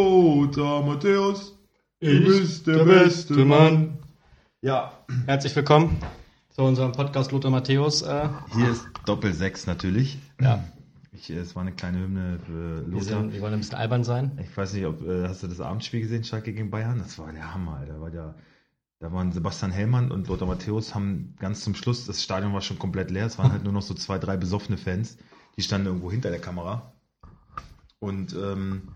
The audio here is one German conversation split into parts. unser Matthäus. Ich Ja, Herzlich willkommen zu unserem Podcast Lothar Matthäus. Äh, hier ist Doppel 6 natürlich. ja, Ich, äh, es war eine kleine Hymne für wir, Lothar. sind, wir wollen ein bisschen albern sein. Ich weiß nicht, ob äh, hast du das Abendspiel gesehen, Schalke gegen Bayern? Das war der Hammer, Alter. War der, da waren Sebastian Hellmann und Lothar Matthäus haben ganz zum Schluss, das Stadion war schon komplett leer, es waren halt nur noch so zwei, drei besoffene Fans, die standen irgendwo hinter der Kamera und ähm,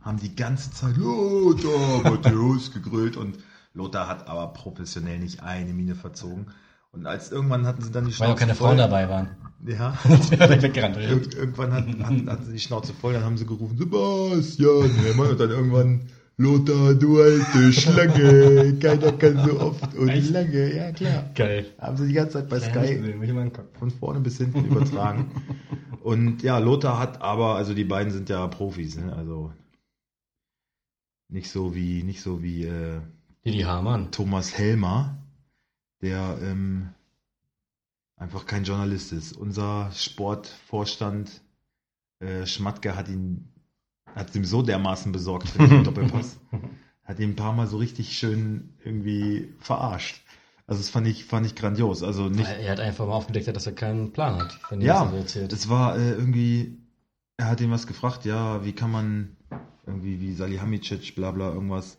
haben die ganze Zeit Lothar Matthäus gegrillt und Lothar hat aber professionell nicht eine Mine verzogen. Und als irgendwann hatten sie dann die Weil auch keine voll. Frauen dabei waren. Ja. Sonst wäre er direkt weggerannt. Irgend, irgendwann hatten, hatten, hatten sie die Schnauze voll, dann haben sie gerufen, Sebastian Hellmann und dann irgendwann, Lothar, du alte Schlange, keiner kann so oft und Echt? lange, ja klar. Geil. Haben sie die ganze Zeit bei Sky Will ich mal angucken. von vorne bis hinten übertragen. und ja, Lothar hat aber, also die beiden sind ja Profis, ne? also nicht so wie, nicht so wie äh, Didi Hamann. Thomas Helmer, der ähm, einfach kein Journalist ist. Unser Sportvorstand äh, Schmatke hat ihn hat ihm so dermaßen besorgt für den Doppelpass. Hat ihn ein paar Mal so richtig schön irgendwie verarscht. Also das fand ich, fand ich grandios. Also nicht, Weil Er hat einfach mal aufgedeckt, dass er keinen Plan hat. Von dem, Ja, was er so erzählt. das war äh, irgendwie, er hat ihn was gefragt, ja, wie kann man irgendwie wie Salihamidzic, bla bla, irgendwas.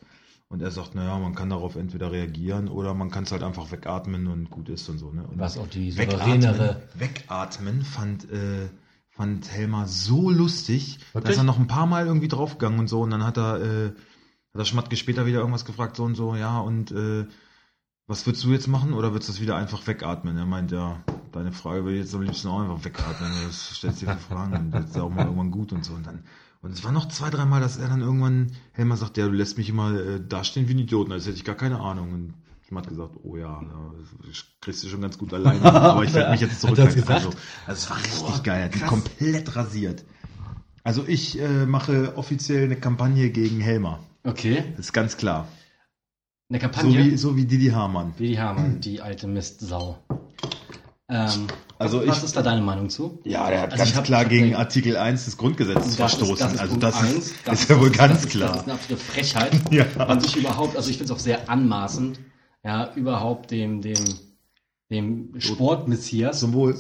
Und er sagt, naja, man kann darauf entweder reagieren oder man kann es halt einfach wegatmen und gut ist und so. Ne? Und was auch die wegatmen, souveränere. wegatmen fand, äh, fand Helmer so lustig, da Wirklich? ist er noch ein paar Mal irgendwie draufgegangen und so. Und dann hat er, äh, hat er Schmatke später wieder irgendwas gefragt, so und so, ja, und äh, was würdest du jetzt machen oder würdest du das wieder einfach wegatmen? Er meint, ja, deine Frage würde ich jetzt am liebsten auch einfach wegatmen. Das stellst dir für Fragen und das ist ja auch mal irgendwann gut und so. Und dann und es war noch zwei, dreimal, dass er dann irgendwann Helmer sagt, ja, du lässt mich immer äh, dastehen wie ein Idioten, als hätte ich gar keine Ahnung. Und Schmatt gesagt, oh ja, ja, das kriegst du schon ganz gut alleine, hin, aber ich werde mich jetzt Hat er zurückhalten. das gesagt? Also, also es war richtig geil, er hat ihn komplett rasiert. Also ich äh, mache offiziell eine Kampagne gegen Helmer. Okay. Das ist ganz klar. Eine So wie, Kampagne. so wie Didi Hamann. Didi Hamann, die alte Mistsau. Ähm, Also was ich- ist da deine Meinung zu? Ja, der hat Also ich ganz hab- klar ich hab gegen den- Artikel 1 des Grundgesetzes Das verstoßen. ist also Punkt das eins. ist, ist ja wohl das ganz ist- Das klar. ist eine absolute Frechheit. Ja. Man sich überhaupt, also ich finde es auch sehr anmaßend, ja, überhaupt dem, dem, dem Sportmessias, Zum Wohl.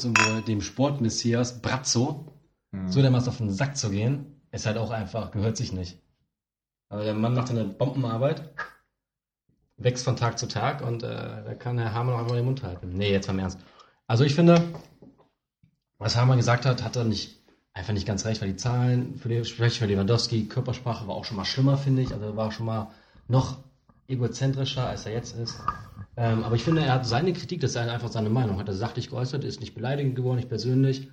dem Sportmessias Brazzo, Mhm. so dermaßen auf den Sack zu gehen, ist halt auch einfach, gehört sich nicht. Aber der Mann macht eine Bombenarbeit, wächst von Tag zu Tag und äh, da kann Herr Hamann auch einfach den Mund halten. Nee, jetzt mal im Ernst. Also ich finde, was Hamann gesagt hat, hat er nicht einfach nicht ganz recht, weil die Zahlen für die Schwäche für Lewandowski, Körpersprache war auch schon mal schlimmer, finde ich. Also er war schon mal noch egozentrischer, als er jetzt ist. Ähm, aber ich finde, er hat seine Kritik, das ist halt einfach seine Meinung, hat er sachlich geäußert, ist nicht beleidigend geworden, nicht persönlich.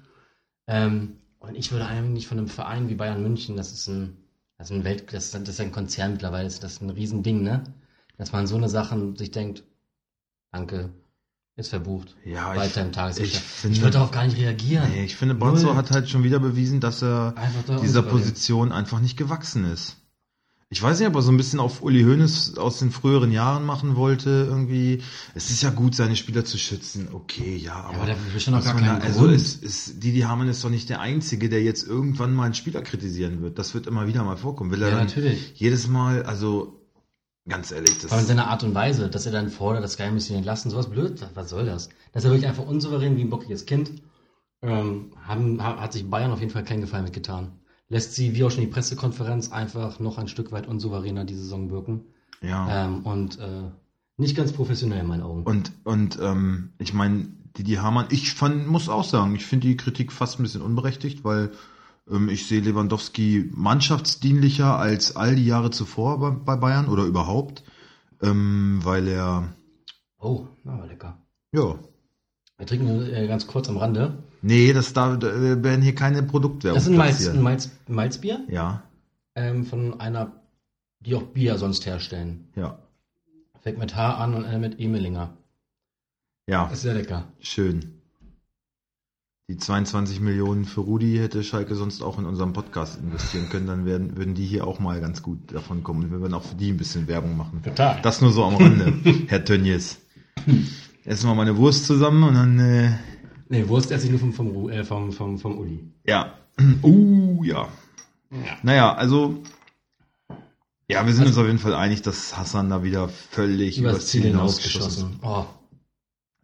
Ähm, und ich würde eigentlich von einem Verein wie Bayern München, das ist ein, das ist ein Welt, das ist, das ist ein Konzern mittlerweile, das ist ein Riesending, ne? Dass man so eine Sachen sich denkt, danke, ist verbucht. Ja, ich, Weiter im Tagesgeschäft. ich Ich, finde- würde darauf gar nicht reagieren. nee, ich finde, Bonzo Null. hat halt schon wieder bewiesen, dass er Einfach oh da dieser unsicher. Position einfach nicht gewachsen ist. Ich weiß nicht, ob er so ein bisschen auf Uli Hoeneß aus den früheren Jahren machen wollte, irgendwie. Es ist ja gut, seine Spieler zu schützen. Okay, ja, aber. aber da besteht doch was gar man da- kein also Grund. ist, ist, Didi Hamann ist doch nicht der Einzige, der jetzt irgendwann mal einen Spieler kritisieren wird. Das wird immer wieder mal vorkommen. Will er Ja, dann natürlich. jedes Mal, also ganz ehrlich, das Vor allem in seiner Art und Weise, dass er dann fordert, dass Geil müssen ihn entlassen, sowas blöd, was soll das? Das ist ja wirklich einfach unsouverän wie ein bockiges Kind. Ähm, haben, ha- hat sich Bayern auf jeden Fall keinen Gefallen mitgetan. Lässt sie, wie auch schon die Pressekonferenz, einfach noch ein Stück weit unsouveräner die Saison wirken. ja. Ähm, und äh, nicht ganz professionell in meinen Augen. Und, und ähm, ich meine, Didi Hamann, ich fand, muss auch sagen, ich finde die Kritik fast ein bisschen unberechtigt, weil ähm, ich sehe Lewandowski mannschaftsdienlicher als all die Jahre zuvor bei, bei Bayern oder überhaupt, ähm, weil er, oh, na, war lecker. ja, Wir trinken nur, äh, ganz kurz am Rande. nee, das darf, da werden hier keine Produktwerbung Das ist ein, Malz, platziert. ein Malz, Malzbier Ja, ähm, von einer, die auch Bier sonst herstellen. ja, Fängt mit H an und endet mit Emelinger. ja, Ist sehr lecker. schön. Die 22 Millionen für Rudi hätte Schalke sonst auch in unserem Podcast investieren können, dann werden, würden die hier auch mal ganz gut davon kommen und wir würden auch für die ein bisschen Werbung machen. Total. Das nur so am Rande, Herr Tönnies. Essen wir mal eine Wurst zusammen und dann, äh, Nee, Wurst esse ich nur vom, vom, Ru- äh, vom, vom, vom Uli. ja. Uh, ja. Ja. Naja, also, Ja, wir sind uns auf jeden Fall einig, dass Hassan da wieder völlig Übers übers Ziel hinausgeschossen. Oh, ist.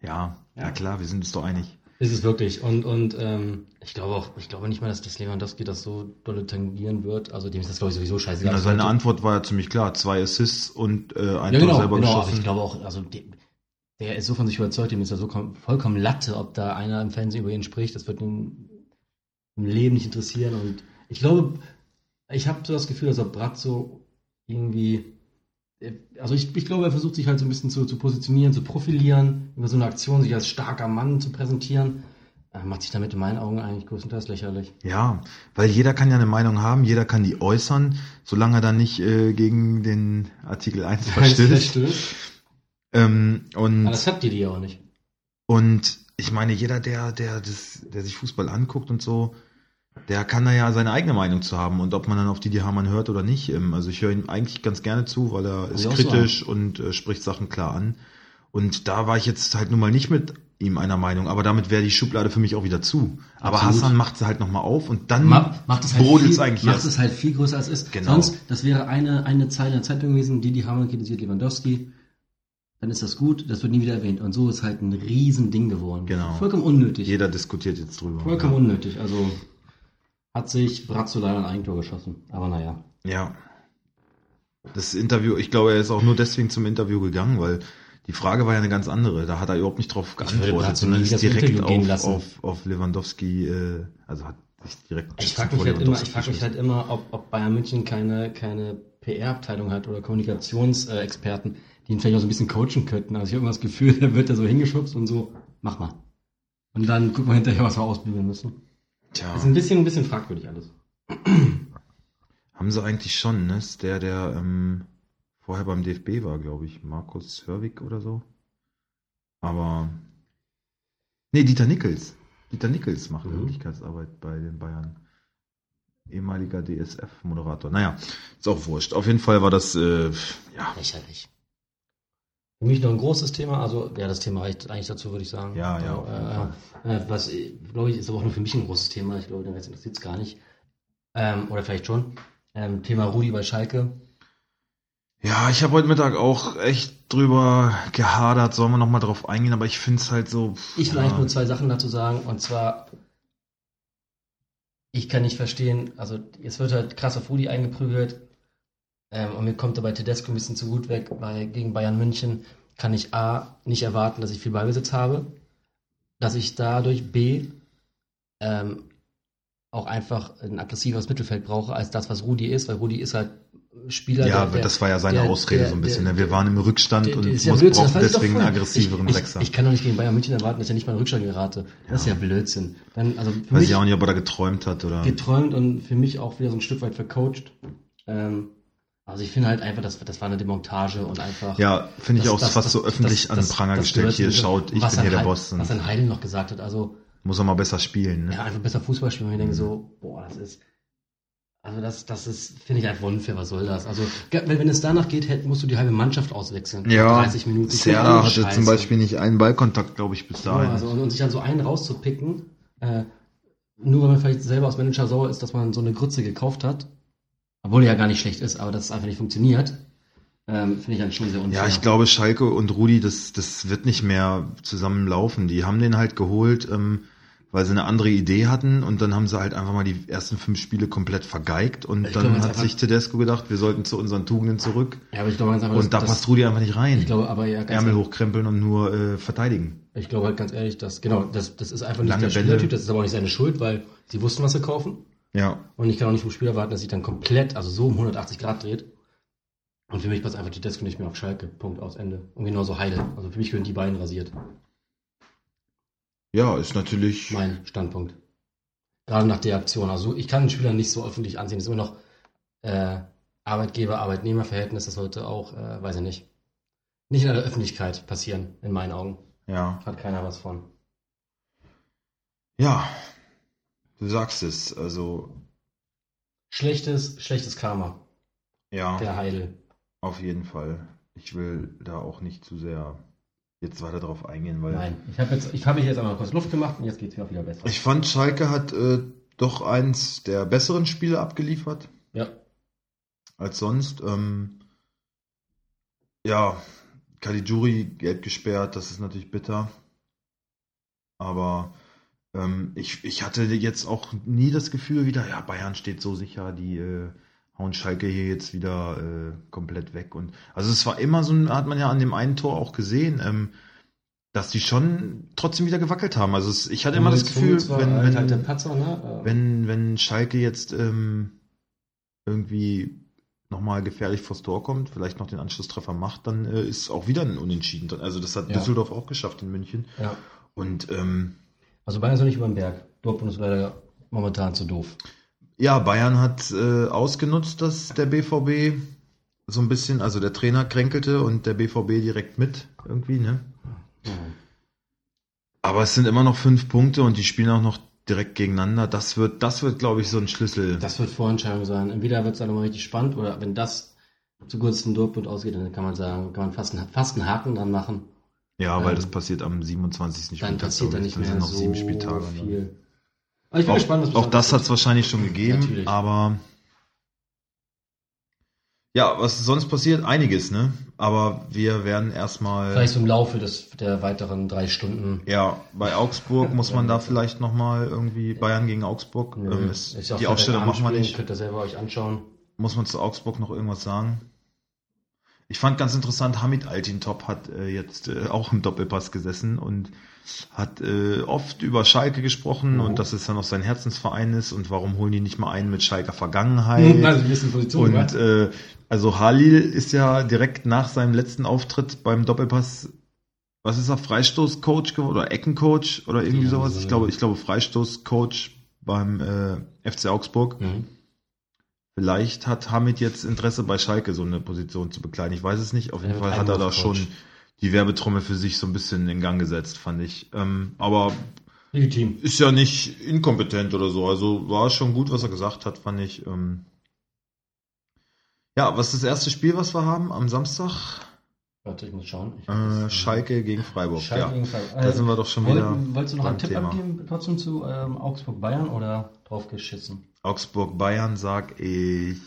Ja, ja, Ja. klar, wir sind uns doch einig. ist es wirklich. Und, und ähm, ich glaube auch, ich glaube nicht mal, dass das Lewandowski das so dolle tangieren wird. Also dem ist das, glaube ich, sowieso scheißegal. Na, Das seine sollte- Antwort war ja ziemlich klar. Zwei Assists und äh, ein also ja, Tor genau, selber genau. Aber ich geschossen. glaube auch, also die, der ist so von sich überzeugt, dem ist er so kom- vollkommen Latte, ob da einer im Fernsehen über ihn spricht. Das wird ihn im Leben nicht interessieren. Und ich glaube, ich habe so das Gefühl, dass er Brazzo irgendwie. Also ich, ich glaube, er versucht sich halt so ein bisschen zu, zu positionieren, zu profilieren, über so eine Aktion sich als starker Mann zu präsentieren. Er macht sich damit in meinen Augen eigentlich größtenteils lächerlich. Ja, weil jeder kann ja eine Meinung haben, jeder kann die äußern, solange er dann nicht äh, gegen den Artikel 1 verstößt. Ähm, Aber und, das habt ihr die ja auch nicht. und ich meine, jeder, der, der, das, der sich Fußball anguckt und so, der kann da ja seine eigene Meinung zu haben und ob man dann auf die Hamann hört oder nicht. ähm, Also ich höre ihm eigentlich ganz gerne zu, weil er ist ich auch so kritisch und äh, spricht Sachen klar an. Und da war ich jetzt halt nun mal nicht mit ihm einer Meinung, aber damit wäre die Schublade für mich auch wieder zu. Aber Absolut. Hassan macht sie halt nochmal auf und dann Ma macht es halt brodelt's viel, eigentlich macht erst. es halt viel größer als es ist. Genau. Sonst, das wäre eine, eine Zeile in der Zeitung gewesen, die die Hamann kritisiert Lewandowski. Dann ist das gut, das wird nie wieder erwähnt. Und so ist halt ein Riesending geworden. Genau. Vollkommen unnötig. Jeder diskutiert jetzt drüber. Vollkommen unnötig. Also hat sich Brazzo leider ein Eigentor geschossen. Aber naja. Ja. Das Interview, ich glaube, er ist auch nur deswegen zum Interview gegangen, weil die Frage war ja eine ganz andere. Da hat er überhaupt nicht drauf würde geantwortet, dazu sondern nie ist das direkt Interview gehen auf, lassen. auf, auf Lewandowski, äh, also hat sich direkt. Ich vor frage mich, halt immer, Lewandowski ich frag mich geschossen. halt immer, ob, ob Bayern München keine, keine PR-Abteilung hat oder Kommunikationsexperten, die ihn vielleicht auch so ein bisschen coachen könnten. Also ich habe immer das Gefühl, da wird er so hingeschubst und so, mach mal. Und dann gucken wir hinterher, was wir ausbügeln müssen. Ist Tja, ein bisschen, ein bisschen fragwürdig alles. haben sie eigentlich schon, ne? Ist der, der ähm, vorher beim DFB war, glaube ich. Markus Hörwig oder so. Aber. Nee, Dieter Nickels. Dieter Nickels macht Mhm. Öffentlichkeitsarbeit bei den Bayern. Ehemaliger DSF-Moderator. Naja, ist auch wurscht. Auf jeden Fall war das, äh, ja, Lächerlich. Für mich noch ein großes Thema, also ja, das Thema reicht eigentlich dazu, würde ich sagen. Ja, ja, auf jeden Fall. Äh, äh, was, äh, glaube ich, ist aber auch nur für mich ein großes Thema. Ich glaube, den Rest interessiert es gar nicht. Ähm, oder vielleicht schon. Ähm, Thema Rudi bei Schalke. Ja, ich habe heute Mittag auch echt drüber gehadert, sollen wir nochmal drauf eingehen, aber ich find's halt so. pff, Ich will ja. eigentlich nur zwei Sachen dazu sagen. Und zwar, ich kann nicht verstehen, also es wird halt krass auf Rudi eingeprügelt. Ähm, und mir kommt dabei Tedesco ein bisschen zu gut weg, weil gegen Bayern München kann ich A, nicht erwarten, dass ich viel Ballbesitz habe, dass ich dadurch B, ähm, auch einfach ein aggressiveres Mittelfeld brauche, als das, was Rudi ist, weil Rudi ist halt Spieler, Ja, der- der, das war ja seine der- Ausrede der- so ein bisschen. der- ne? wir waren im Rückstand der- und der muss, ist ja Blödsinn, das brauchen weiß ich doch deswegen einen vorhin. aggressiveren ich, Sechser. Ich, ich kann doch nicht gegen Bayern München erwarten, dass er nicht mal in den Rückstand gerate. Das ist ja Ja. Blödsinn. Dann, also für Weiß mich ich auch nicht, ob er da geträumt hat oder. geträumt und für mich auch wieder so ein Stück weit vercoacht. Ähm, also ich finde halt einfach, das, das war eine Demontage und einfach. Ja, finde ich das- auch das- fast das- so das- öffentlich an das- den Pranger das gestellt. gehört Hier nicht. schaut, ich Was bin hier der dann Heil- Boss. Was Und ein Heidel noch gesagt hat, also muss er mal besser spielen. Ne? ja, einfach besser Fußball spielen, wenn ich denke Mhm. so, boah, das ist. Also das, das ist, finde ich einfach unfair, was soll das? Also, ge- wenn, wenn es danach geht, hätt- musst du die halbe Mannschaft auswechseln. Ja, 30 Minuten. Serra hatte Scheiße. zum Beispiel nicht einen Ballkontakt, glaube ich, bis Ja, dahin. also, und, und sich dann so einen rauszupicken, äh, nur weil man vielleicht selber als Manager sauer ist, dass man so eine Grütze gekauft hat, obwohl die ja gar nicht schlecht ist, aber dass es einfach nicht funktioniert, ähm, finde ich dann schon sehr unfair. Ja, ich glaube, Schalke und Rudi, das, das wird nicht mehr zusammenlaufen. Die haben den halt geholt, ähm, weil sie eine andere Idee hatten und dann haben sie halt einfach mal die ersten fünf Spiele komplett vergeigt und Ich dann glaube, hat einfach- sich Tedesco gedacht, wir sollten zu unseren Tugenden zurück Ja, aber ich glaube ganz einfach, und da dass- passt Rudi einfach nicht rein. ich glaube aber ja ganz Ärmel hochkrempeln und nur äh, verteidigen. Ich glaube halt ganz ehrlich, dass, genau, das, das ist einfach nicht Lange der Bälle. Spielertyp, das ist aber auch nicht seine Schuld, weil sie wussten, was sie kaufen. Ja, Und ich kann auch nicht vom Spieler erwarten, dass sich dann komplett, also so um 180 Grad dreht. Und für mich passt einfach Tedesco nicht mehr auf Schalke. Punkt, aus, Ende. Und genauso Heidel. Also für mich werden die beiden rasiert. ja, ist natürlich. mein Standpunkt. Gerade nach der Aktion. Also ich kann den Spieler nicht so öffentlich ansehen. Das ist immer noch äh, Arbeitgeber-Arbeitnehmer-Verhältnis. Das sollte auch, äh, weiß ich nicht, nicht in der Öffentlichkeit passieren, in meinen Augen. Ja, Hat keiner was von. ja, du sagst es. Also Schlechtes, schlechtes Karma, ja, der Heidel. auf jeden Fall. Ich will da auch nicht zu sehr jetzt weiter drauf eingehen, weil Nein, ich habe jetzt, ich habe mich jetzt einmal kurz Luft gemacht und jetzt geht's mir auch wieder besser. Ich fand, Schalke hat äh, doch eins der besseren Spiele abgeliefert. Ja, als sonst. Ähm, ja, Caligiuri gelb gesperrt, das ist natürlich bitter. Aber ähm, ich, ich hatte jetzt auch nie das Gefühl wieder, ja, Bayern steht so sicher, die äh, hauen Schalke hier jetzt wieder äh, komplett weg. Und also es war immer so, ein- hat man ja an dem einen Tor auch gesehen, ähm, dass die schon trotzdem wieder gewackelt haben. Also es, ich hatte immer das Gefühl, wenn, wenn, halt der Patzer, ne? Äh, wenn, wenn Schalke jetzt ähm, irgendwie nochmal gefährlich vors Tor kommt, vielleicht noch den Anschlusstreffer macht, dann äh, ist auch wieder ein Unentschieden drin. Also das hat Ja. Düsseldorf auch geschafft in München. ja. Und ähm, Also Bayern ist noch nicht über den Berg. Dortmund ist leider momentan zu doof. ja, Bayern hat äh, ausgenutzt, dass der BVB so ein bisschen, also der Trainer kränkelte und der BVB direkt mit irgendwie, ne? Ja. Aber es sind immer noch fünf Punkte und die spielen auch noch direkt gegeneinander. Das wird, das wird, glaube ich, so ein Schlüssel. Das wird Vorentscheidung sein. Entweder wird es dann nochmal richtig spannend oder wenn das zugunsten Dortmund ausgeht, dann kann man sagen, kann man fast einen, fast einen Haken dran machen. ja, weil ähm, das passiert am 27. Dann passiert glaub da ich. nicht Dann mehr sind noch so sieben Spieltage. ne? viel. Aber ich bin Auch, gespannt, was auch das hat es passiert. wahrscheinlich schon gegeben, Natürlich. aber ja, was sonst passiert, einiges, ne? Aber wir werden erstmal Vielleicht so im Laufe des, der weiteren drei Stunden. ja, bei Augsburg muss man da vielleicht nochmal irgendwie Bayern gegen Augsburg. ähm, ist, Ist ja auch die Aufstellung Freitagabend machen wir spielen, nicht. Könnt ihr selber euch anschauen. Muss man zu Augsburg noch irgendwas sagen? Ich fand ganz interessant, Hamid Altintop hat äh, jetzt äh, auch im Doppelpass gesessen und hat äh, oft über Schalke gesprochen Mhm. und dass es dann auch sein Herzensverein ist und warum holen die nicht mal einen mit Schalker Vergangenheit. Hm, Also ein bisschen Position, Und wa? äh, also Halil ist ja direkt nach seinem letzten Auftritt beim Doppelpass, was ist er, Freistoßcoach gew- oder Eckencoach oder irgendwie Ja, sowas? so Ich eine- glaube, ich glaube Freistoßcoach beim äh, FC Augsburg. Mhm. Vielleicht hat Hamid jetzt Interesse bei Schalke so eine Position zu bekleiden. Ich weiß es nicht. Auf jeden Er wird Fall hat er da Einwurfcoach. schon die Werbetrommel für sich so ein bisschen in Gang gesetzt, fand ich. Ähm, aber Legitim. ist ja nicht inkompetent oder so. Also war schon gut, was er gesagt hat, fand ich. Ähm ja, was ist das erste Spiel, was wir haben am Samstag? Warte, ich muss schauen. Ich Äh, Schalke gegen Freiburg. Schalke ja, gegen Freiburg. da sind wir doch schon wieder. Wollten- Wolltest du noch beim einen Tipp Thema. abgeben, trotzdem zu ähm, Augsburg-Bayern oder drauf geschissen? Augsburg, Bayern sag ich.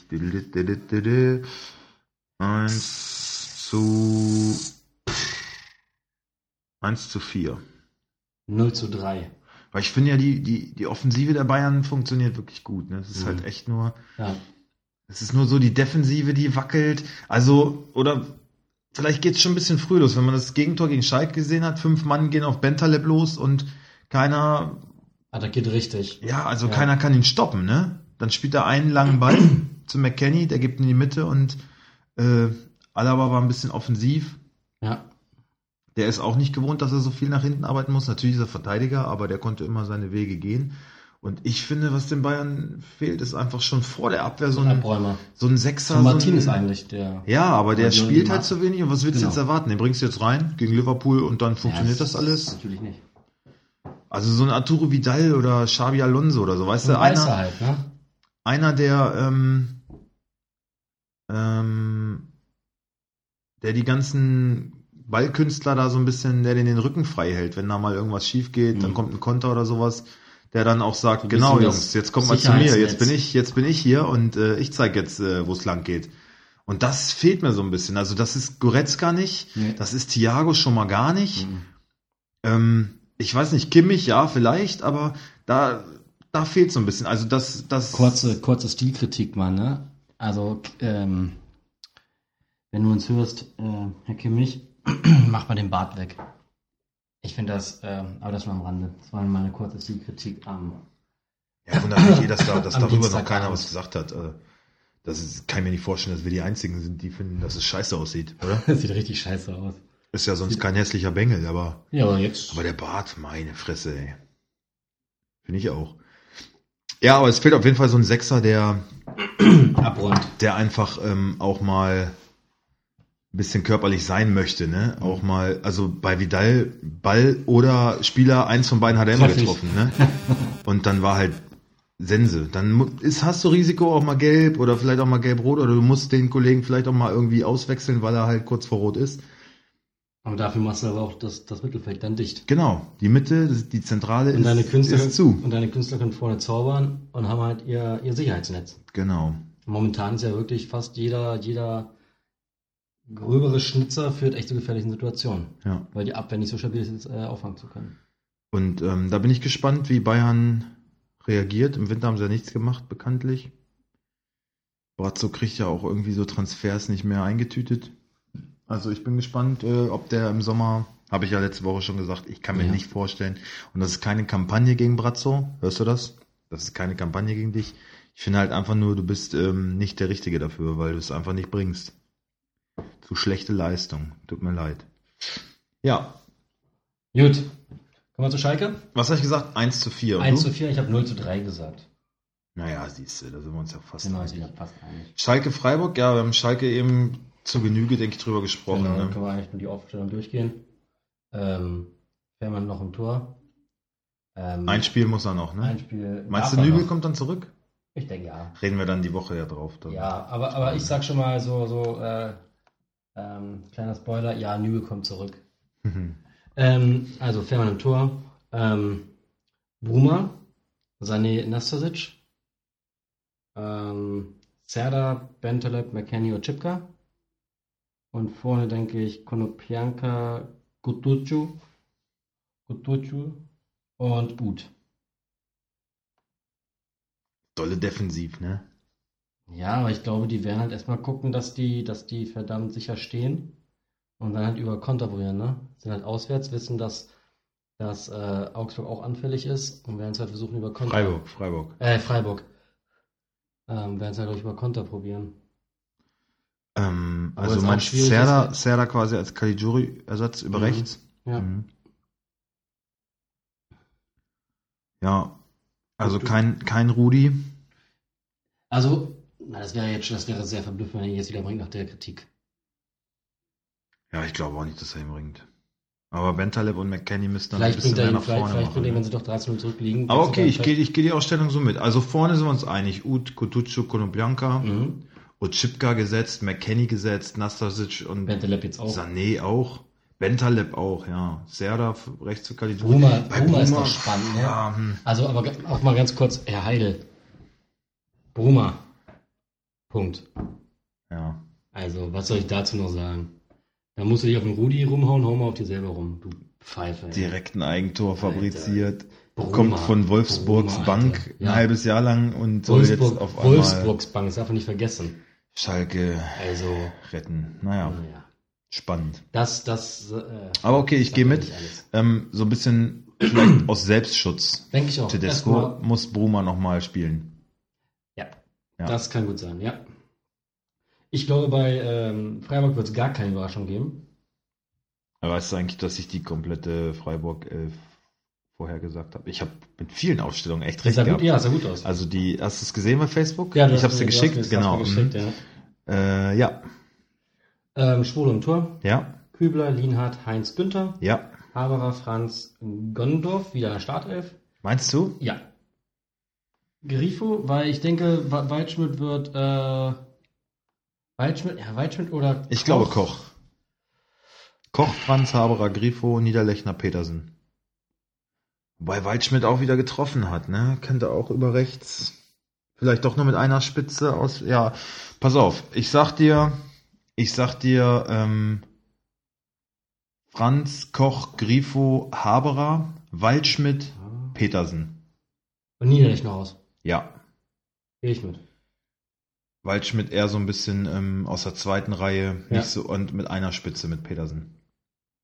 1 zu 1 zu 4. 0 zu 3. Weil ich finde ja, die, die, die Offensive der Bayern funktioniert wirklich gut. Ne? Es ist Mhm. halt echt nur. Ja. Es ist nur so die Defensive, die wackelt. Also, oder vielleicht geht es schon ein bisschen früh los, wenn man das Gegentor gegen Schalke gesehen hat. Fünf Mann gehen auf Bentaleb los und keiner, Attackiert richtig. ja, also Ja. keiner kann ihn stoppen, ne? Dann spielt er einen langen Ball zu McKenny, der gibt ihn in die Mitte und äh, Alaba war ein bisschen offensiv. Ja. Der ist auch nicht gewohnt, dass er so viel nach hinten arbeiten muss. Natürlich ist er Verteidiger, aber der konnte immer seine Wege gehen. Und ich finde, was den Bayern fehlt, ist einfach schon vor der Abwehr so ein, Abräumer. so ein Sechser. Von Martin so ist ein, eigentlich der. Ja, aber der Also, spielt die halt Mar- zu wenig. Und was willst du Genau. jetzt erwarten? Den bringst du jetzt rein gegen Liverpool und dann funktioniert Ja, das alles. Natürlich nicht. Also so ein Arturo Vidal oder Xabi Alonso oder so, weißt Und du, weiß er einer, halt, ne? einer der, ähm, ähm, der die ganzen Ballkünstler da so ein bisschen, der den den Rücken frei hält, wenn da mal irgendwas schief geht, dann Mhm. kommt ein Konter oder sowas, der dann auch sagt, Ein genau bisschen das Jungs, jetzt kommt mal zu mir, jetzt Sicherheitsnetz. bin ich, jetzt bin ich hier und äh, ich zeige jetzt, äh, wo es lang geht. Und das fehlt mir so ein bisschen. Also das ist Goretzka nicht. Nee. Das ist Thiago schon mal gar nicht. Mhm. Ähm, ich weiß nicht, Kimmich, ja, vielleicht, aber da, da fehlt so ein bisschen. Also das, das. Kurze, kurze Stilkritik mal, ne? Also, ähm, wenn du uns hörst, äh, Herr Kimmich, mach mal den Bart weg. Ich finde das, ähm, aber das nur am Rande. Das war mal eine kurze Stilkritik am. Ja, wundert mich eh, dass, da, dass Am darüber noch Dienstagabend. keiner was gesagt hat. Äh, Das ist, kann ich mir nicht vorstellen, dass wir die einzigen sind, die finden, dass es scheiße aussieht, oder? Das sieht richtig scheiße aus. Ist ja sonst kein hässlicher Bengel, aber. Ja, aber jetzt. Aber der Bart, meine Fresse, ey. Finde ich auch. Ja, aber es fehlt auf jeden Fall so ein Sechser, der, abräumt. der einfach ähm, auch mal ein bisschen körperlich sein möchte, ne? Auch mal, also bei Vidal, Ball oder Spieler, eins von beiden hat er immer Trefflich. getroffen, ne? Und dann war halt Sense. Dann mu- ist, hast du Risiko auch mal gelb oder vielleicht auch mal gelb-rot oder du musst den Kollegen vielleicht auch mal irgendwie auswechseln, weil er halt kurz vor rot ist. Aber dafür machst du aber auch das, das Mittelfeld dann dicht. Genau, die Mitte, das- die Zentrale Und deine, ist, Künstler, ist zu. und deine Künstler können vorne zaubern und haben halt ihr, ihr Sicherheitsnetz. Genau. Momentan ist ja wirklich fast jeder, jeder gröbere Schnitzer führt echt zu gefährlichen Situationen, Ja. weil die Abwehr nicht so stabil ist, äh, auffangen zu können. Und ähm, da bin ich gespannt, wie Bayern reagiert. Im Winter haben sie ja nichts gemacht, bekanntlich. Brazzo kriegt ja auch irgendwie so Transfers nicht mehr eingetütet. Also ich bin gespannt, äh, ob der im Sommer, habe ich ja letzte Woche schon gesagt, ich kann mir Ja. nicht vorstellen. Und das ist keine Kampagne gegen Brazzo. Hörst du das? Das ist keine Kampagne gegen dich. Ich finde halt einfach nur, du bist ähm, nicht der Richtige dafür, weil du es einfach nicht bringst. Zu schlechte Leistung. Tut mir leid. Ja, Gut. Kommen wir zu Schalke? was habe ich gesagt? 1 zu 4. Und 1 du? zu 4, ich habe 0 zu 3 gesagt. Naja, siehst du, da sind wir uns ja fast. Genau, einig. ich hab fast einig. Schalke Freiburg, ja, wir haben Schalke eben zur Genüge, denke ich, drüber gesprochen. Genau, dann ne? können wir eigentlich nur die Aufstellung durchgehen. Ähm, Fährmann noch im Tor. Ähm, Ein Spiel muss er noch, ne? ein Spiel. Meinst darf du, er Nübel noch. kommt dann zurück? Ich denke ja. Reden wir dann die Woche ja drauf. Dann. Ja, aber, aber ich sag schon mal so, so äh, ähm, kleiner Spoiler, ja, Nübel kommt zurück. Mhm. Ähm, also Fährmann im Tor. Ähm, Bruma, Sané Nastasic, ähm, Serda, Bentaleb, McKenny und Chipka. Und vorne denke ich Konopianka, Gutucu, Gutucu und Gut. Dolle defensiv, ne? Ja, aber ich glaube, die werden halt erstmal gucken, dass die, dass die verdammt sicher stehen und dann halt über Konter probieren, ne? Sind halt auswärts, wissen, dass, dass äh, Augsburg auch anfällig ist und werden es halt versuchen über Konter. Freiburg, Freiburg. Äh, Freiburg. Ähm, werden es halt glaube ich, über Konter probieren. Ähm, Aber also ist auch mein schwierig, Serda, ist- Serda quasi als Caligiuri-Ersatz über Mhm. rechts. Ja. Mhm. Ja, also kein, kein Rudi. Also, na, das wäre jetzt schon, das wäre sehr verblüffend, wenn ihr jetzt wieder bringt nach der Kritik. Ja, ich glaube auch nicht, dass er ihn bringt. Aber Bentaleb und McKenny müssen dann Vielleicht ein bisschen bringt er mehr ihn, nach vielleicht, vorne vielleicht bringt er, ihn, machen. wenn ne? sie doch 13 Minuten zurückliegen. Aber kannst okay, du dann ich gehe ich geh die Ausstellung so mit. Also vorne sind wir uns einig. Ut, Kutucu, Kolumbianka, vielleicht- Mhm. Otschipka gesetzt, McKenny gesetzt, Nastasic und Bentaleb jetzt auch. Sané auch. Bentaleb auch, ja. Serda f- rechts zu Kalidou. Bruma, Bruma ist noch spannend, ne? Ja, hm. Also, aber ge- auch mal ganz kurz, Herr Heidel. Bruma. Punkt. ja. Also, was soll ich dazu noch sagen? Da musst du dich auf den Rudi rumhauen, hau mal auf dir selber rum, du Pfeife. ey. Direkt ein Eigentor fabriziert. Bruma, kommt von Wolfsburgs Bruma, Bank Alter. ein Ja. halbes Jahr lang und soll Wolfsburg, jetzt auf einmal Wolfsburgs Bank, das darf man nicht vergessen. Schalke Also, retten. Naja, naja. spannend. Das, das. Äh, Aber okay, ich sagt gehe ja mit. nicht alles. Ähm, so ein bisschen vielleicht aus Selbstschutz. Denke ich auch. Tedesco Erstmal- muss Bruma nochmal spielen. Ja. Ja. das kann gut sein, ja. Ich glaube, bei ähm, Freiburg wird es gar keine Überraschung geben. Aber weißt du eigentlich, dass ich die komplette Freiburg äh, vorher gesagt habe? Ich habe mit vielen Aufstellungen echt Das recht sah gut, gehabt. ja, sah gut aus. Also die, hast du es gesehen bei Facebook? ja, du ich hast habe es dir mir- du hast geschickt, mir- du hast genau. mir geschickt, ja. Äh, ja, Ähm, Schwule im Tor. ja, Kübler, Lienhardt, Heinz Günther. ja. Haberer, Franz Gondorf, wieder in der Startelf. Meinst du? Ja. Grifo, weil ich denke, Wa- Waldschmidt wird. Äh, Waldschmidt, ja, Waldschmidt oder. Ich glaube Koch. Koch, Franz, Haberer, Grifo, Niederlechner, Petersen. Wobei Waldschmidt auch wieder getroffen hat, ne? Könnte auch über rechts. Vielleicht doch nur mit einer Spitze aus. Ja, pass auf. Ich sag dir, ich sag dir, ähm, Franz, Koch, Grifo, Haberer, Waldschmidt, Ja. Petersen. Und Niederlechner aus. Ja. Gehe ich mit. Waldschmidt eher so ein bisschen ähm, aus der zweiten Reihe, nicht Ja. so, und mit einer Spitze mit Petersen.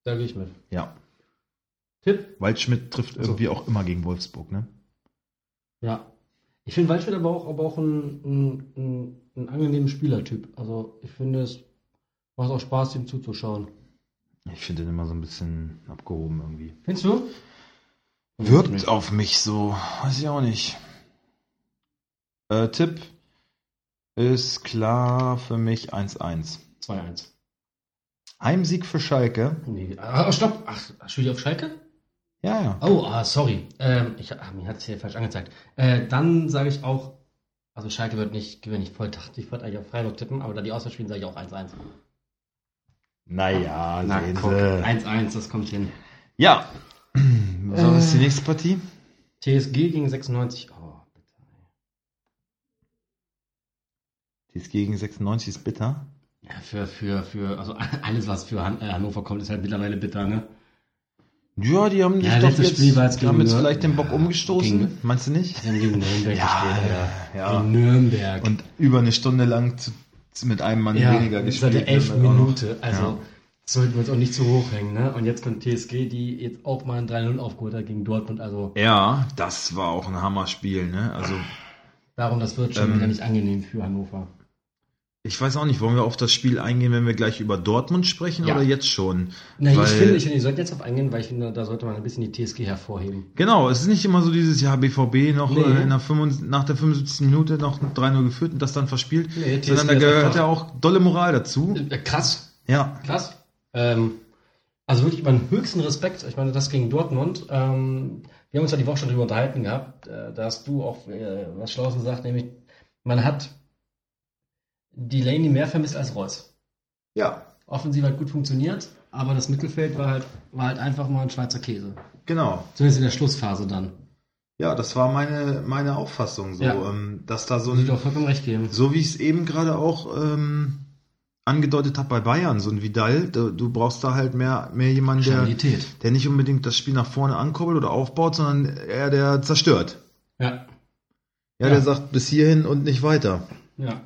Da gehe ich mit. Ja. Tipp? Waldschmidt trifft So. irgendwie auch immer gegen Wolfsburg, ne? Ja. Ich finde Waldschmidt aber auch, aber auch ein, ein, ein, ein angenehmer Spielertyp. Also ich finde, es macht auch Spaß, ihm zuzuschauen. Ich finde den immer so ein bisschen abgehoben irgendwie. Findest du? Wirkt auf mich so, weiß ich auch nicht. Äh, Tipp ist klar für mich 1-1. 2-1. Heimsieg für Schalke. Nee. Ah, stopp. Ach, spiel ich auf Schalke? Ja, ja. Oh, ah, sorry. Ähm, ich, ah, mir hat es hier falsch angezeigt. Äh, dann sage ich auch, also Schalke wird nicht gewinnen. Ich wollte, dachte, ich wollte eigentlich auf Freiburg tippen, aber da die Auswahl spielen, sage ich auch 1-1. Naja, Na, sehen guck, Sie. 1-1, das kommt hin. Ja. So, was ist die nächste Partie? TSG gegen 96. Oh, bitte. Die ist gegen 96, ist bitter. Ja, für, für, für, also alles, was für Han äh, Hannover kommt, ist halt mittlerweile bitter, ne? Ja, die haben Ja, sich doch letztes jetzt, Spiel war jetzt die haben gegen jetzt Nürn- vielleicht den Bock Ja, umgestoßen, gegen- meinst du nicht? Die haben gegen Nürnberg Ja, gespielt, Alter. ja. Gegen Nürnberg. Und über eine Stunde lang zu, zu, mit einem Mann weniger das gespielt. hatte elf dann auch noch. Minute. Also Ja. sollten wir uns auch nicht zu hoch hängen. Ne? Und jetzt kommt TSG, die jetzt auch mal ein 3-0 aufgeholt hat gegen Dortmund. Also Ja, das war auch ein Hammerspiel, ne? Also, darum, das wird schon Ähm. wieder nicht angenehm für Hannover. ich weiß auch nicht, wollen wir auf das Spiel eingehen, wenn wir gleich über Dortmund sprechen Ja. oder jetzt schon? Na, Weil- ich finde, ich finde, ihr sollt jetzt auf eingehen, weil ich finde, da sollte man ein bisschen die TSG hervorheben. Genau, es ist nicht immer so dieses Jahr BVB noch Nee. äh, in der 75, nach der 75. Minute noch 3-0 geführt und das dann verspielt, Nee, TSG sondern da hat gehört einfach- ja auch dolle Moral dazu. Äh, Krass, Ja, Krass. Ähm, also wirklich meinen höchsten Respekt. Ich meine, das gegen Dortmund. Ähm, wir haben uns ja die Woche schon drüber unterhalten gehabt. Äh, da hast du auch äh, was Schlaues gesagt, nämlich man hat Delaney mehr vermisst als Reus. ja, Offensiv hat gut funktioniert, aber das Mittelfeld war halt, war halt einfach mal ein Schweizer Käse. genau. Zumindest in der Schlussphase dann. Ja, das war meine, meine Auffassung so, Ja. ähm, dass da so Muss ich ein, dir auch vollkommen recht geben. so wie ich es eben gerade auch ähm, angedeutet habe bei Bayern, so ein Vidal, du, du brauchst da halt mehr, mehr jemanden, der, Stabilität. der nicht unbedingt das Spiel nach vorne ankurbelt oder aufbaut, sondern eher der zerstört. Ja, Ja, Ja. der sagt bis hierhin und nicht weiter. ja.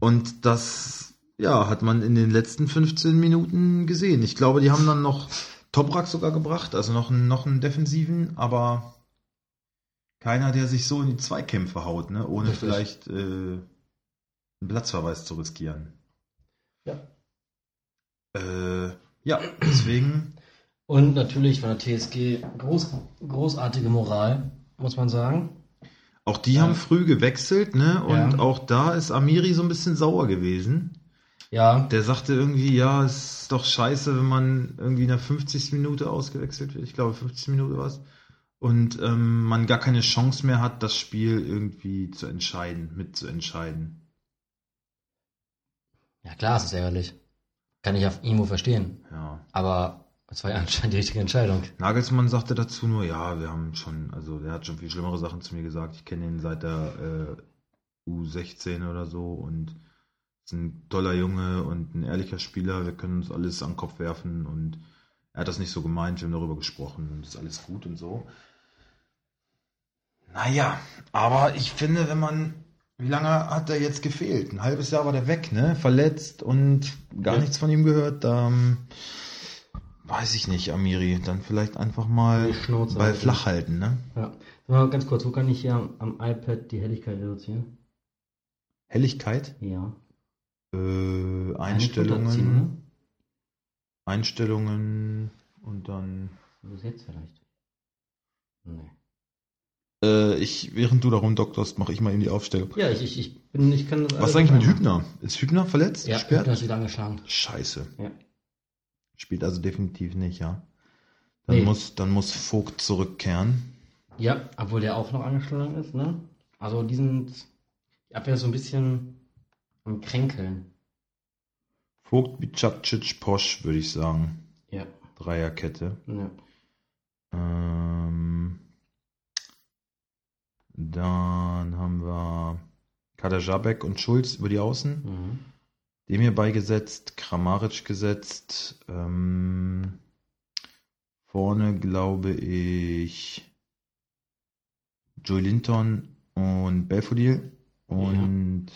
Und das, ja, hat man in den letzten 15 Minuten gesehen. Ich glaube, die haben dann noch Toprak sogar gebracht, also noch einen, noch einen Defensiven, aber keiner, der sich so in die Zweikämpfe haut, ne? ohne Richtig. vielleicht äh, einen Platzverweis zu riskieren. Ja. Äh, ja, deswegen, Und natürlich von der TSG groß, großartige Moral, muss man sagen. auch die Ja. haben früh gewechselt, ne? Und Ja. auch da ist Amiri so ein bisschen sauer gewesen. Ja, Der sagte irgendwie, ja, es ist doch scheiße, wenn man irgendwie in der 50. Minute ausgewechselt wird. Ich glaube, 50. Minute war es. Und ähm, man gar keine Chance mehr hat, das Spiel irgendwie zu entscheiden, mitzuentscheiden. Ja, klar, es ist ärgerlich. Kann ich auf irgendwo verstehen. Ja. Aber es war ja anscheinend die richtige Entscheidung. Nagelsmann sagte dazu nur, ja, wir haben schon, also der hat schon viel schlimmere Sachen zu mir gesagt. Ich kenne ihn seit der äh, U16 oder so und ist ein toller Junge und ein ehrlicher Spieler. Wir können uns alles an den Kopf werfen und er hat das nicht so gemeint. Wir haben darüber gesprochen und ist alles gut und so. Naja, aber ich finde, wenn man, wie lange hat er jetzt gefehlt? Ein halbes Jahr war der weg, ne? Verletzt und gar Ja. nichts von ihm gehört. Ähm, weiß ich nicht, Amiri. Dann vielleicht einfach mal Die Schnauze bei halten. flach halten, ne? Ja. Sag Mal ganz kurz, wo kann ich hier am, am iPad die Helligkeit reduzieren? Helligkeit, Ja. äh, Runterziehen, Einstellungen, ne? Einstellungen und dann. Bis Also jetzt vielleicht. Nee. Äh, ich, während du da rumdokterst, mache ich mal eben die Aufstellung. Ja, ich, ich, ich bin, ich kann das Was ist alles eigentlich mit machen. Hübner? Ist Hübner verletzt? Ja, Gesperrt? Hübner ist wieder angeschlagen. Scheiße. Ja. Spielt also definitiv nicht, ja. Dann, Nee. muss, dann muss Vogt zurückkehren. Ja, obwohl der auch noch angeschlagen ist, ne? Also die sind, die Abwehr ist so ein bisschen am Kränkeln. Vogt, Bicacic, Posch, würde ich sagen. Ja. ne. Dreierkette. ja. Ähm, dann haben wir Kader Jabek und Schulz über die Außen. Mhm. Dem hier beigesetzt, Kramaric gesetzt. Ähm, vorne glaube ich Joe Linton und Belfodil. Und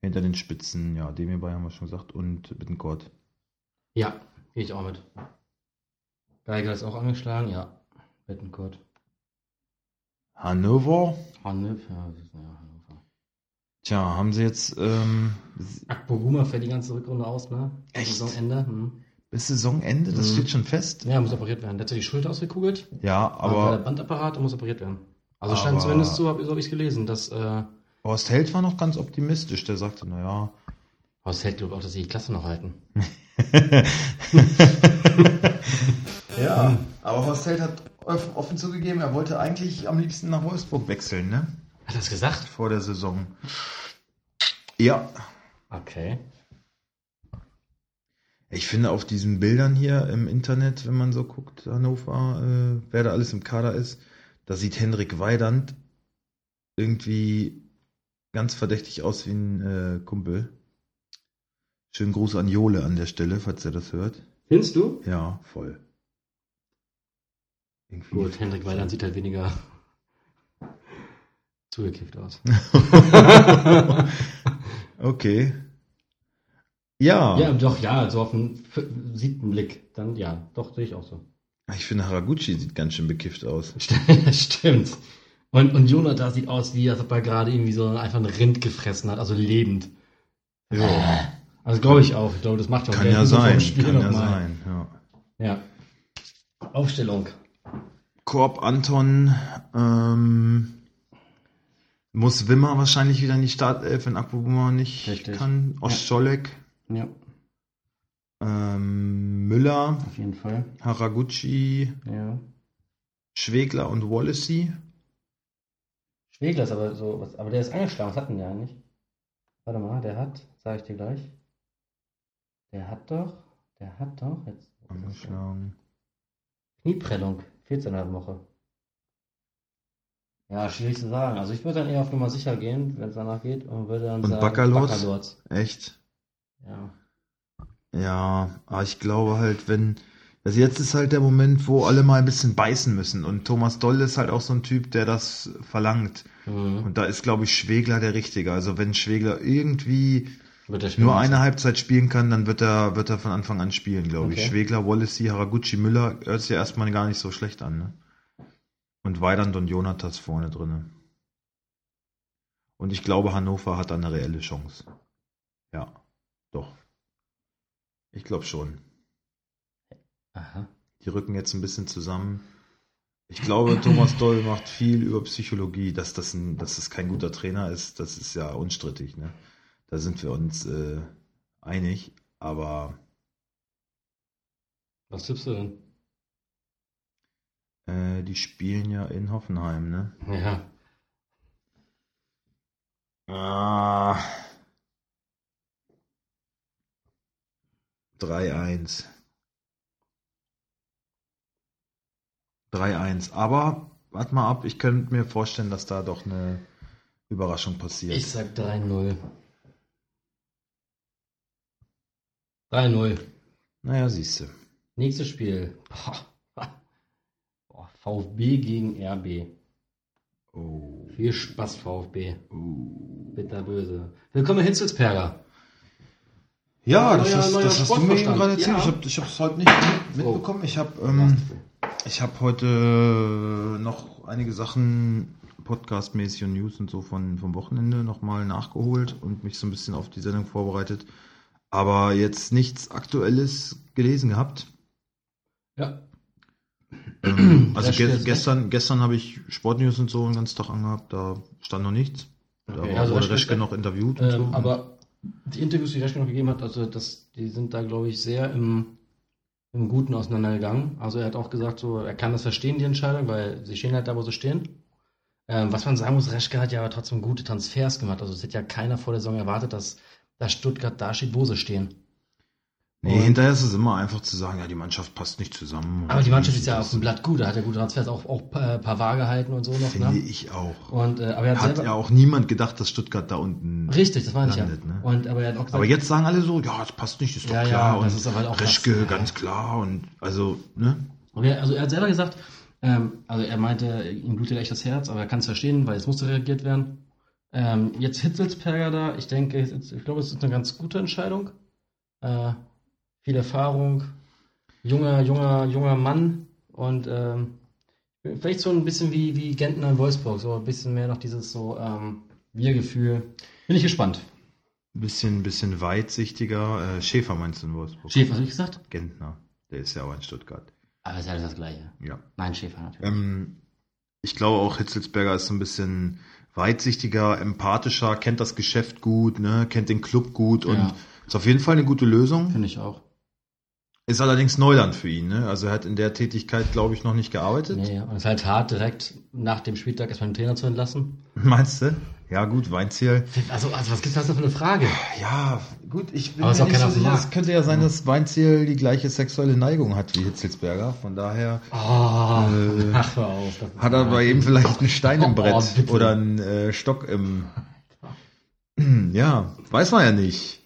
hinter den Spitzen, ja, dem hierbei haben wir schon gesagt. Und Bittencourt. Ja, gehe ich auch mit. Geiger ist auch angeschlagen, ja. Bettenkurt. Hannover. Hannover, Ah, ne, ja, das ist- ja, Hannover. Tja, haben sie jetzt ähm, Akpoguma fällt die ganze Rückrunde aus, ne? Echt? Saisonende. Hm. bis Saisonende, das Mhm. steht schon fest. Ja, muss operiert werden. Der hat sich die Schulter ausgekugelt, Ja, war der aber Bandapparat und muss operiert werden. Also Aber- scheint zumindest so, hab- so habe ich gelesen, dass äh, Horst Held war noch ganz optimistisch. Der sagte, naja, Horst Held glaubt auch, dass sie die Klasse noch halten. ja, aber Horst Held hat off- offen zugegeben, er wollte eigentlich am liebsten nach Wolfsburg wechseln, ne? Hat er das gesagt? Vor der Saison. Ja, Okay. ich finde auf diesen Bildern hier im Internet, wenn man so guckt, Hannover, äh, wer da alles im Kader ist, da sieht Henrik Weidand irgendwie ganz verdächtig aus wie ein äh, Kumpel. Schönen Gruß an Jole an der Stelle, falls er das hört. Findest du? Ja, voll. Irgendwie Gut, Hendrik Weiland sieht halt weniger zugekifft aus. Okay. Ja, Ja, doch, ja, so auf den f- siebten Blick. Dann ja, doch, sehe ich auch so. ich finde Haraguchi sieht ganz schön bekifft aus. Stimmt. Und, und Jonathan sieht aus, wie als ob er gerade irgendwie so einfach ein Rind gefressen hat, also lebend. Ja, Also glaube ich auch. Ich glaube, das macht auch kann der ja Junge vom sein, Spiel kann ja nochmal. sein. Ja. Ja. Aufstellung. Korb Anton ähm, muss Wimmer wahrscheinlich wieder in die Startelf, wenn Akpobuma nicht Richtig. kann. Ostscholek, Ja, ähm, Müller, auf jeden Fall. Haraguchi, Ja. Schwegler und Wallacey. Schwegler ist aber so, was, aber der ist angeschlagen. Was hat denn der eigentlich? Warte mal, der hat, sage ich dir gleich. Der hat doch, der hat doch jetzt Angeschlagen. Knieprellung, 14,5 Woche. Ja, schwierig zu sagen. Also ich würde dann eher auf Nummer sicher gehen, wenn es danach geht, und würde dann Und sagen Baccalords? Baccalords. Echt? Ja. Ja, aber ich glaube halt, wenn. Also jetzt ist halt der Moment, wo alle mal ein bisschen beißen müssen. Und Thomas Doll ist halt auch so ein Typ, der das verlangt. Mhm. Und da ist, glaube ich, Schwegler der Richtige. Also wenn Schwegler irgendwie Wird der Spiel nur eine Halbzeit spielen kann, dann wird er, wird er von Anfang an spielen, glaube ich. Okay. Schwegler, Wallacey, Haraguchi, Müller hört sich ja erstmal gar nicht so schlecht an. Ne? Und Weidand und Jonatas vorne drinne. Und ich glaube, Hannover hat da eine reelle Chance. Ja, doch. Ich glaube schon. Aha. Die rücken jetzt ein bisschen zusammen. Ich glaube, Thomas Doll macht viel über Psychologie. Dass das, ein, dass das kein guter Trainer ist, das ist ja unstrittig. Ne? Da sind wir uns äh, einig. Aber Was tippst du denn? äh, die spielen ja in Hoffenheim. Ne? Ja. Ah. 3-1. 3-1. Aber, warte mal ab, ich könnte mir vorstellen, dass da doch eine Überraschung passiert. Ich sag 3-0. 3-0. Naja, siehst du. Nächstes Spiel. Boah. Boah, VfB gegen RB. Oh. Viel Spaß, VfB. oh. Bitterböse. Willkommen hin zu Zperger. Ja, das, Neuer- ist, neuer das hast du mir eben Sportverstand. gerade erzählt. Ja. Oh. Ich habe es heute nicht mit- mitbekommen. Ich habe ähm, ich hab heute äh, noch einige Sachen podcastmäßig und News und so von, vom Wochenende nochmal nachgeholt und mich so ein bisschen auf die Sendung vorbereitet. Aber jetzt nichts Aktuelles gelesen gehabt. Ja. Ähm, also Das Spiel ge ist gestern, gestern habe ich Sportnews und so den ganzen Tag angehabt. Da stand noch nichts. Da Okay, wurde also das Spiel- Reschke noch interviewt. und so. Ähm, aber die Interviews, die Reschke noch gegeben hat, also das, die sind da, glaube ich, sehr im, im Guten auseinandergegangen. Also er hat auch gesagt, so, er kann das verstehen, die Entscheidung, weil sie stehen halt da, wo sie stehen. Ähm, was man sagen muss, Reschke hat ja aber trotzdem gute Transfers gemacht. Also es hätte ja keiner vor der Saison erwartet, dass, dass Stuttgart da steht, wo sie stehen. Nee, Und- hinterher ist es immer einfach zu sagen, ja, die Mannschaft passt nicht zusammen. Aber die Mannschaft ist ja auf dem Blatt gut, da hat er gute Transfers, auch, auch äh, Pavard gehalten und so noch. Finde Ne? ich auch. Und, äh, aber er hat, Hat selber, ja auch niemand gedacht, dass Stuttgart da unten. Richtig, das meine ich ja. landet, ne? Und, aber er hat auch gesagt, Aber jetzt sagen alle so, ja, das passt nicht, ist doch Ja, ja, klar. und das ist aber halt auch Reschke, das- ganz klar. Und also, ne? Und er, also er hat selber gesagt, ähm, also er meinte, ihm blutet echt das Herz, aber er kann es verstehen, weil es musste reagiert werden. Ähm, jetzt Hitzelsperger da, ich denke, es ist- ich glaube, es ist eine ganz gute Entscheidung. Äh, viel Erfahrung, junger, junger, junger Mann und ähm, vielleicht so ein bisschen wie, wie Gentner in Wolfsburg, so ein bisschen mehr noch dieses so ähm, Wir-Gefühl. Bin ich gespannt. Ein bisschen, bisschen weitsichtiger. Äh, Schäfer meinst du in Wolfsburg? Schäfer, was habe ich gesagt? Gentner. Der ist ja auch in Stuttgart. Aber es ist alles das Gleiche. Ja. Nein, Schäfer natürlich. Ähm, ich glaube auch, Hitzelsberger ist so ein bisschen weitsichtiger, empathischer, kennt das Geschäft gut, ne? kennt den Club gut und Ja. ist auf jeden Fall eine gute Lösung. Finde ich auch. Ist allerdings Neuland für ihn, ne? Also er hat in der Tätigkeit, glaube ich, noch nicht gearbeitet. Nee, und es ist halt hart, direkt nach dem Spieltag erstmal den Trainer zu entlassen. Meinst du? Ja, gut, Weinziel. Also, also was gibt's da für eine Frage? Ja, gut, ich bin Aber ist mir auch nicht so keiner auf dem sicher. Markt. Es könnte ja sein, dass Weinziel die gleiche sexuelle Neigung hat wie Hitzelsberger. Von daher Oh, ach, hör auf. hat er bei ihm vielleicht einen Stein im Oh, Brett bitte. oder einen äh, Stock im, Ja, weiß man ja nicht.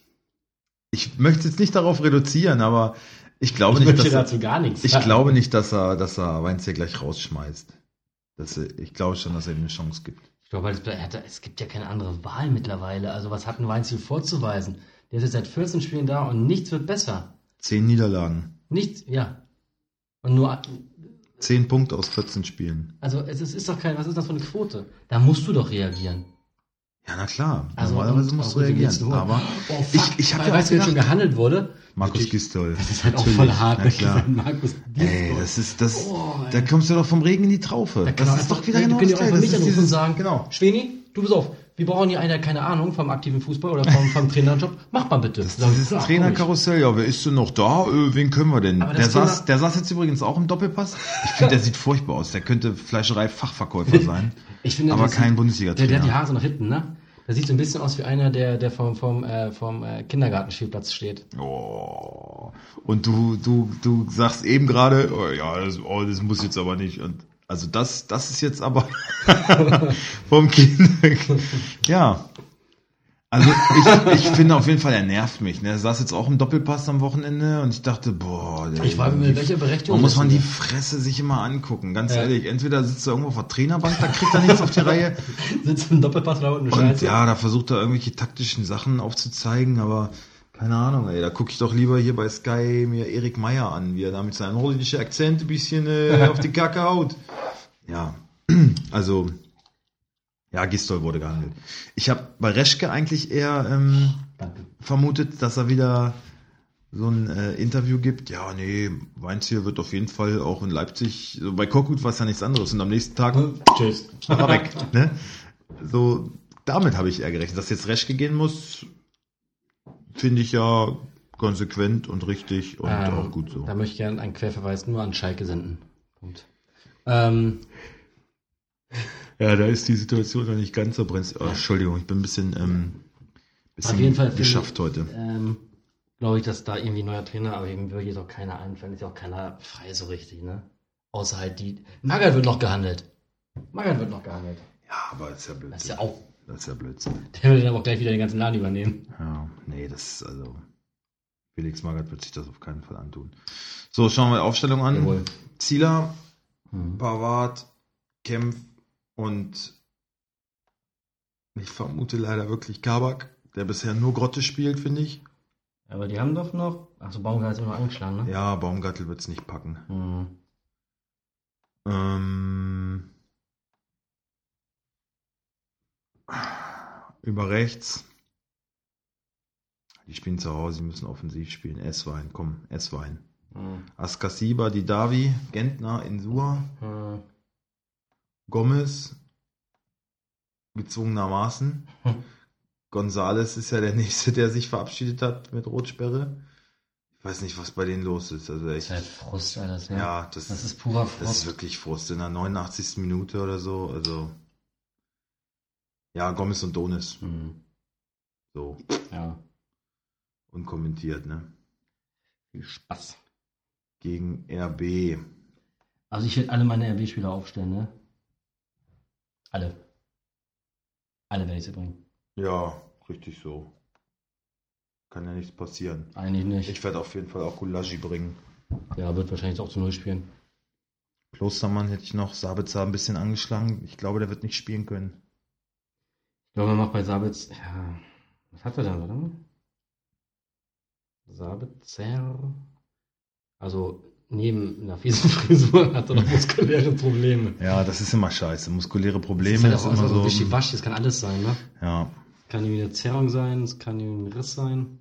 Ich möchte es jetzt nicht darauf reduzieren, aber ich glaube ich nicht, möchte dass er, dazu gar nichts. ich sagen. glaube nicht, dass er, dass er Weinzier gleich rausschmeißt. Dass er, ich glaube schon, dass er ihm eine Chance gibt. Ich glaube, halt, es- es gibt ja keine andere Wahl mittlerweile. Also was hat ein Weinziel vorzuweisen? Der ist jetzt seit 14 Spielen da und nichts wird besser. Zehn Niederlagen, Nichts, ja. Und nur, zehn Punkte aus 14 Spielen. also es ist, ist doch kein, was ist das für eine Quote? Da musst du doch reagieren. Ja, na klar. Also, Normalerweise und- musst du auch mit dem letzten reagieren. Tor. Aber Oh, fuck, ich, ich habe weil, ja auch weißt du, wer schon gedacht, gehandelt wurde? Markus Natürlich. Gistol. Das ist halt Natürlich, auch voll hart, na ne? klar. Sein Markus Ey, Gisdol. das ist das. Oh, ey. da kommst du doch vom Regen in die Traufe. Da das kann er ist einfach- doch wieder da genau können die das auch Gleiche. einfach Das mich ist anrufen und dieses- sagen, Genau. Schweni, du pass auf, wir brauchen hier einer, keine Ahnung, vom aktiven Fußball oder vom, vom Trainerjob. Mach mal bitte. Das ist Sag ich, das "Ah, komm ich." Trainerkarussell. Ja, wer ist denn noch da? Äh, wen können wir denn? Aber Der das Thema- saß, der saß jetzt übrigens auch im Doppelpass. Ich finde, der sieht furchtbar aus. Der könnte Fleischerei-Fachverkäufer sein. Ich finde, aber das- kein Der, der hat die Bundesliga-Trainer. Haare so nach hinten, ne? Das sieht so ein bisschen aus wie einer, der, der vom, vom, äh, vom äh, Kindergartenspielplatz steht. Oh. Und du, du, du sagst eben gerade, oh, ja, das, oh, das muss jetzt aber nicht. Und also das, das ist jetzt aber vom Kind. ja. Also ich, ich finde auf jeden Fall, er nervt mich. Ne? Er saß jetzt auch im Doppelpass am Wochenende und ich dachte, boah, der, Ich frage mich, die- mit welcher Berechtigung. Man muss das man ist. die Fresse sich immer angucken, ganz Ja. ehrlich. Entweder sitzt er irgendwo vor der Trainerbank, da kriegt er nichts auf die Reihe. Sitzt im Doppelpass da unten, Und scheiße. ja, da versucht er irgendwelche taktischen Sachen aufzuzeigen, aber keine Ahnung, ey. Da gucke ich doch lieber hier bei Sky mir Erik Meyer an, wie er da mit seinem holländischen Akzent ein bisschen äh, auf die Kacke haut. Ja, also, ja, Gistol wurde gehandelt. Ich habe bei Reschke eigentlich eher. Ähm, Danke. vermutet, dass er wieder so ein äh, Interview gibt. Ja, nee, Weinziel wird auf jeden Fall auch in Leipzig, so bei Korkut war es ja nichts anderes und am nächsten Tag Tschüss. war er weg. Ne? So, damit habe ich eher gerechnet. Dass jetzt Reschke gehen muss, finde ich ja konsequent und richtig und Ähm, auch gut so. Da möchte ich gerne einen Querverweis nur an Schalke senden. Punkt. Ähm, Ja, da ist die Situation noch nicht ganz so brenzlig. Oh, Entschuldigung, ich bin ein bisschen, ähm, bisschen Auf jeden Fall finde geschafft heute. ähm, glaube ich, dass da irgendwie ein neuer Trainer, aber ihm würde jetzt auch keiner einfallen, ist ja auch keiner frei so richtig, ne? Außer halt die. Magath wird noch gehandelt. Magath wird noch gehandelt. Ja, aber das ist ja Das ist ja Blödsinn. auch. Das ist ja Blödsinn. Der will dann aber auch gleich wieder den ganzen Laden übernehmen. Ja, nee, das ist also. Felix Magath wird sich das auf keinen Fall antun. So, schauen wir die Aufstellung an. Jawohl. Zieler, Mhm. Pavard, Kempf und ich vermute leider wirklich Kabak, der bisher nur Grotte spielt, finde ich. Aber die haben doch noch. Achso, Baumgart ist immer noch angeschlagen, ne? Ja, Baumgartel wird es nicht packen. Mhm. Ähm, über rechts. Die spielen zu Hause, die müssen offensiv spielen. S-Wein, komm, S-Wein. Mhm. Askasiba, Didavi, Gentner, Insua, Mhm. Gomez, gezwungenermaßen. Hm. Gonzales ist ja der Nächste, der sich verabschiedet hat mit Rotsperre. Ich weiß nicht, was bei denen los ist. Also Das ist echt, halt Frust, alles, ne? ja, das, Das ist purer Frust. das ist wirklich Frust. In der 89. Minute oder so, also. Ja, Gomez und Donis. mhm. So, Ja. unkommentiert, ne? Viel Spaß. Gegen RB. Also ich werde alle meine RB-Spieler aufstellen, ne? Alle. Alle werde ich sie bringen. Ja, richtig so. Kann ja nichts passieren. Eigentlich nicht. Ich werde auf jeden Fall auch Gulagi bringen. ja, wird wahrscheinlich auch zu Null spielen. Klostermann hätte ich noch, Sabitzer ein bisschen angeschlagen. Ich glaube, der wird nicht spielen können. Ich glaube, man macht bei Sabitz. Ja. Was hat er denn, warte mal? Sabitzer. Also neben einer fiesen Frisur hat er noch muskuläre Probleme. Ja, das ist immer scheiße. Muskuläre Das Probleme ist halt ist auch immer immer so so. wischiwaschi, das kann alles sein, ne? ja, Kann irgendwie eine Zerrung sein, es kann irgendwie ein Riss sein.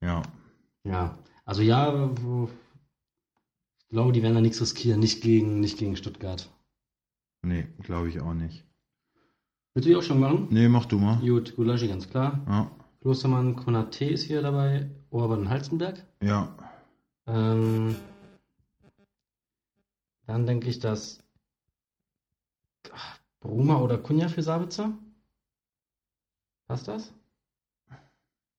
ja. Ja, also ja, wo- ich glaube, die werden da nichts riskieren, nicht gegen, nicht gegen Stuttgart. Nee, glaube ich auch nicht. Willst du die auch schon machen? Nee, mach du mal. Gut, Gulagi ganz klar. Ja, Klostermann, Konate ist wieder dabei, Oberbad und Halstenberg. ja. Ähm, dann denke ich, dass ach, Bruma oder Kunja für Sabitzer. Passt das?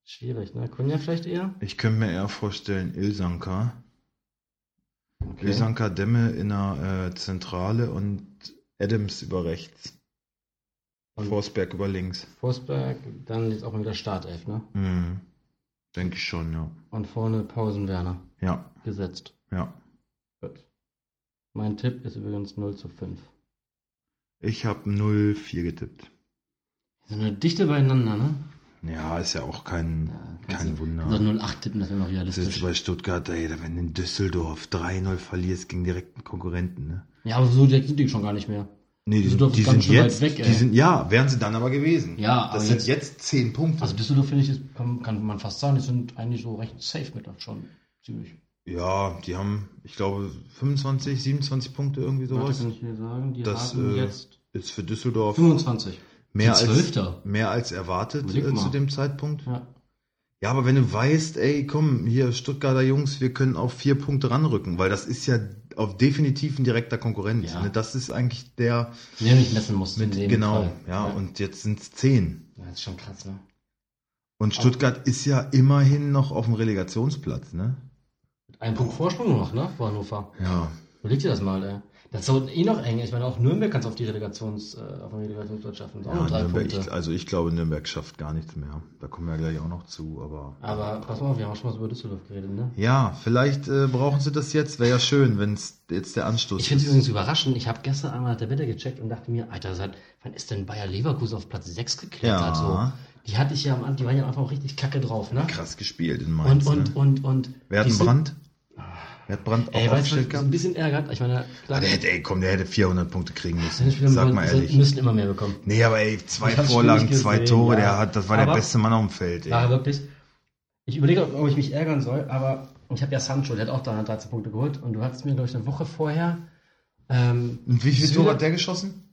Schwierig, ne? Kunja vielleicht eher? Ich könnte mir eher vorstellen, Ilsanka. Okay. Ilsanka Demme in der äh, Zentrale und Adams über rechts. Und- Forsberg über links. Forsberg, dann jetzt auch mal wieder Startelf, ne? Mhm. Denke ich schon, ja. Und vorne Pausenwerner Ja, gesetzt. ja. Gut. Mein Tipp ist übrigens 0 zu 5. Ich habe 0-4 getippt. So eine Dichte beieinander, ne? Ja, ist ja auch kein, kein Wunder. Also 0,8 tippen, das wäre noch Das ist realistisch. bei Stuttgart, ey, wenn du in Düsseldorf 3-0 verlierst gegen direkten Konkurrenten, ne? Ja, aber so direkt sind die schon gar nicht mehr. Nee, die, Düsseldorf sind- ist die Also sind ganz schön weit jetzt, weg, die ey. sind, ja, wären sie dann aber gewesen. Ja, aber das sind jetzt 10 Punkte. Also Düsseldorf, finde ich, ist, kann, kann man fast sagen, die sind eigentlich so recht safe mit uns schon. Ziemlich. ja, die haben, ich glaube, 25, 27 Punkte irgendwie Warte, sowas. kann ich dir sagen, die Das, haben äh, jetzt Ist für Düsseldorf 25. mehr die als, Zwölfter. mehr als erwartet Überleg äh, mal. zu dem Zeitpunkt. Ja. Ja, aber wenn du weißt, ey, komm, hier Stuttgarter Jungs, wir können auf vier Punkte ranrücken, weil das ist ja auf definitiv ein direkter Konkurrent. Ja. Ne? Das ist eigentlich der, Den du nicht messen musst. mit, in dem genau, Fall. ja, und jetzt sind es zehn. Ja, das ist schon krass, ne? Und Stuttgart ist ja immerhin noch auf dem Relegationsplatz, ne? Ein Punkt Vorsprung nur noch, ne? Vor Hannover. Ja, Überleg dir das mal, ey. Das ist eh noch eng. Ich meine, auch Nürnberg kann es auf die Relegations, äh, auf den Relegationsplatz schaffen. Das ist auch ja noch drei Nürnberg, Punkte. ich, also ich glaube, Nürnberg schafft gar nichts mehr. Da kommen wir ja gleich auch noch zu, aber. Aber pass mal auf, wir haben auch schon mal über Düsseldorf geredet, ne? Ja, vielleicht äh, brauchen sie das jetzt. Wäre ja schön, wenn es jetzt der Anstoß Ich finde es übrigens überraschend. Ich habe gestern einmal nach der Tabelle gecheckt und dachte mir, Alter, seit wann ist denn Bayer Leverkusen auf Platz 6 Ja, geklettert? So? Die hatte ich ja am Anfang, die waren ja am Anfang auch richtig kacke drauf, ne? krass gespielt in Mainz. Und, und, ne? und, und. Wer hat die einen sind- Ah. Brand? Wer hat Brand Ey, auch weißt du, was aufgestellt mich ein gehabt? bisschen ärgert? Ich meine, klar, Der hätte, ey, komm, der hätte 400 Punkte kriegen müssen. seine Spieler Sag mal müssen- ehrlich. müssen immer mehr bekommen. Nee, aber ey, zwei Ich hab's Vorlagen, nicht zwei gesehen, Tore, ja. der hat, das war der Aber- beste Mann auf dem Feld, ey. Ja, wirklich. Ich überlege, ob ich mich ärgern soll, aber ich habe ja Sancho, der hat auch da 13 Punkte geholt und du hattest mir, glaube ich, eine Woche vorher ähm, Und wie viele Süle- Tore hat der geschossen?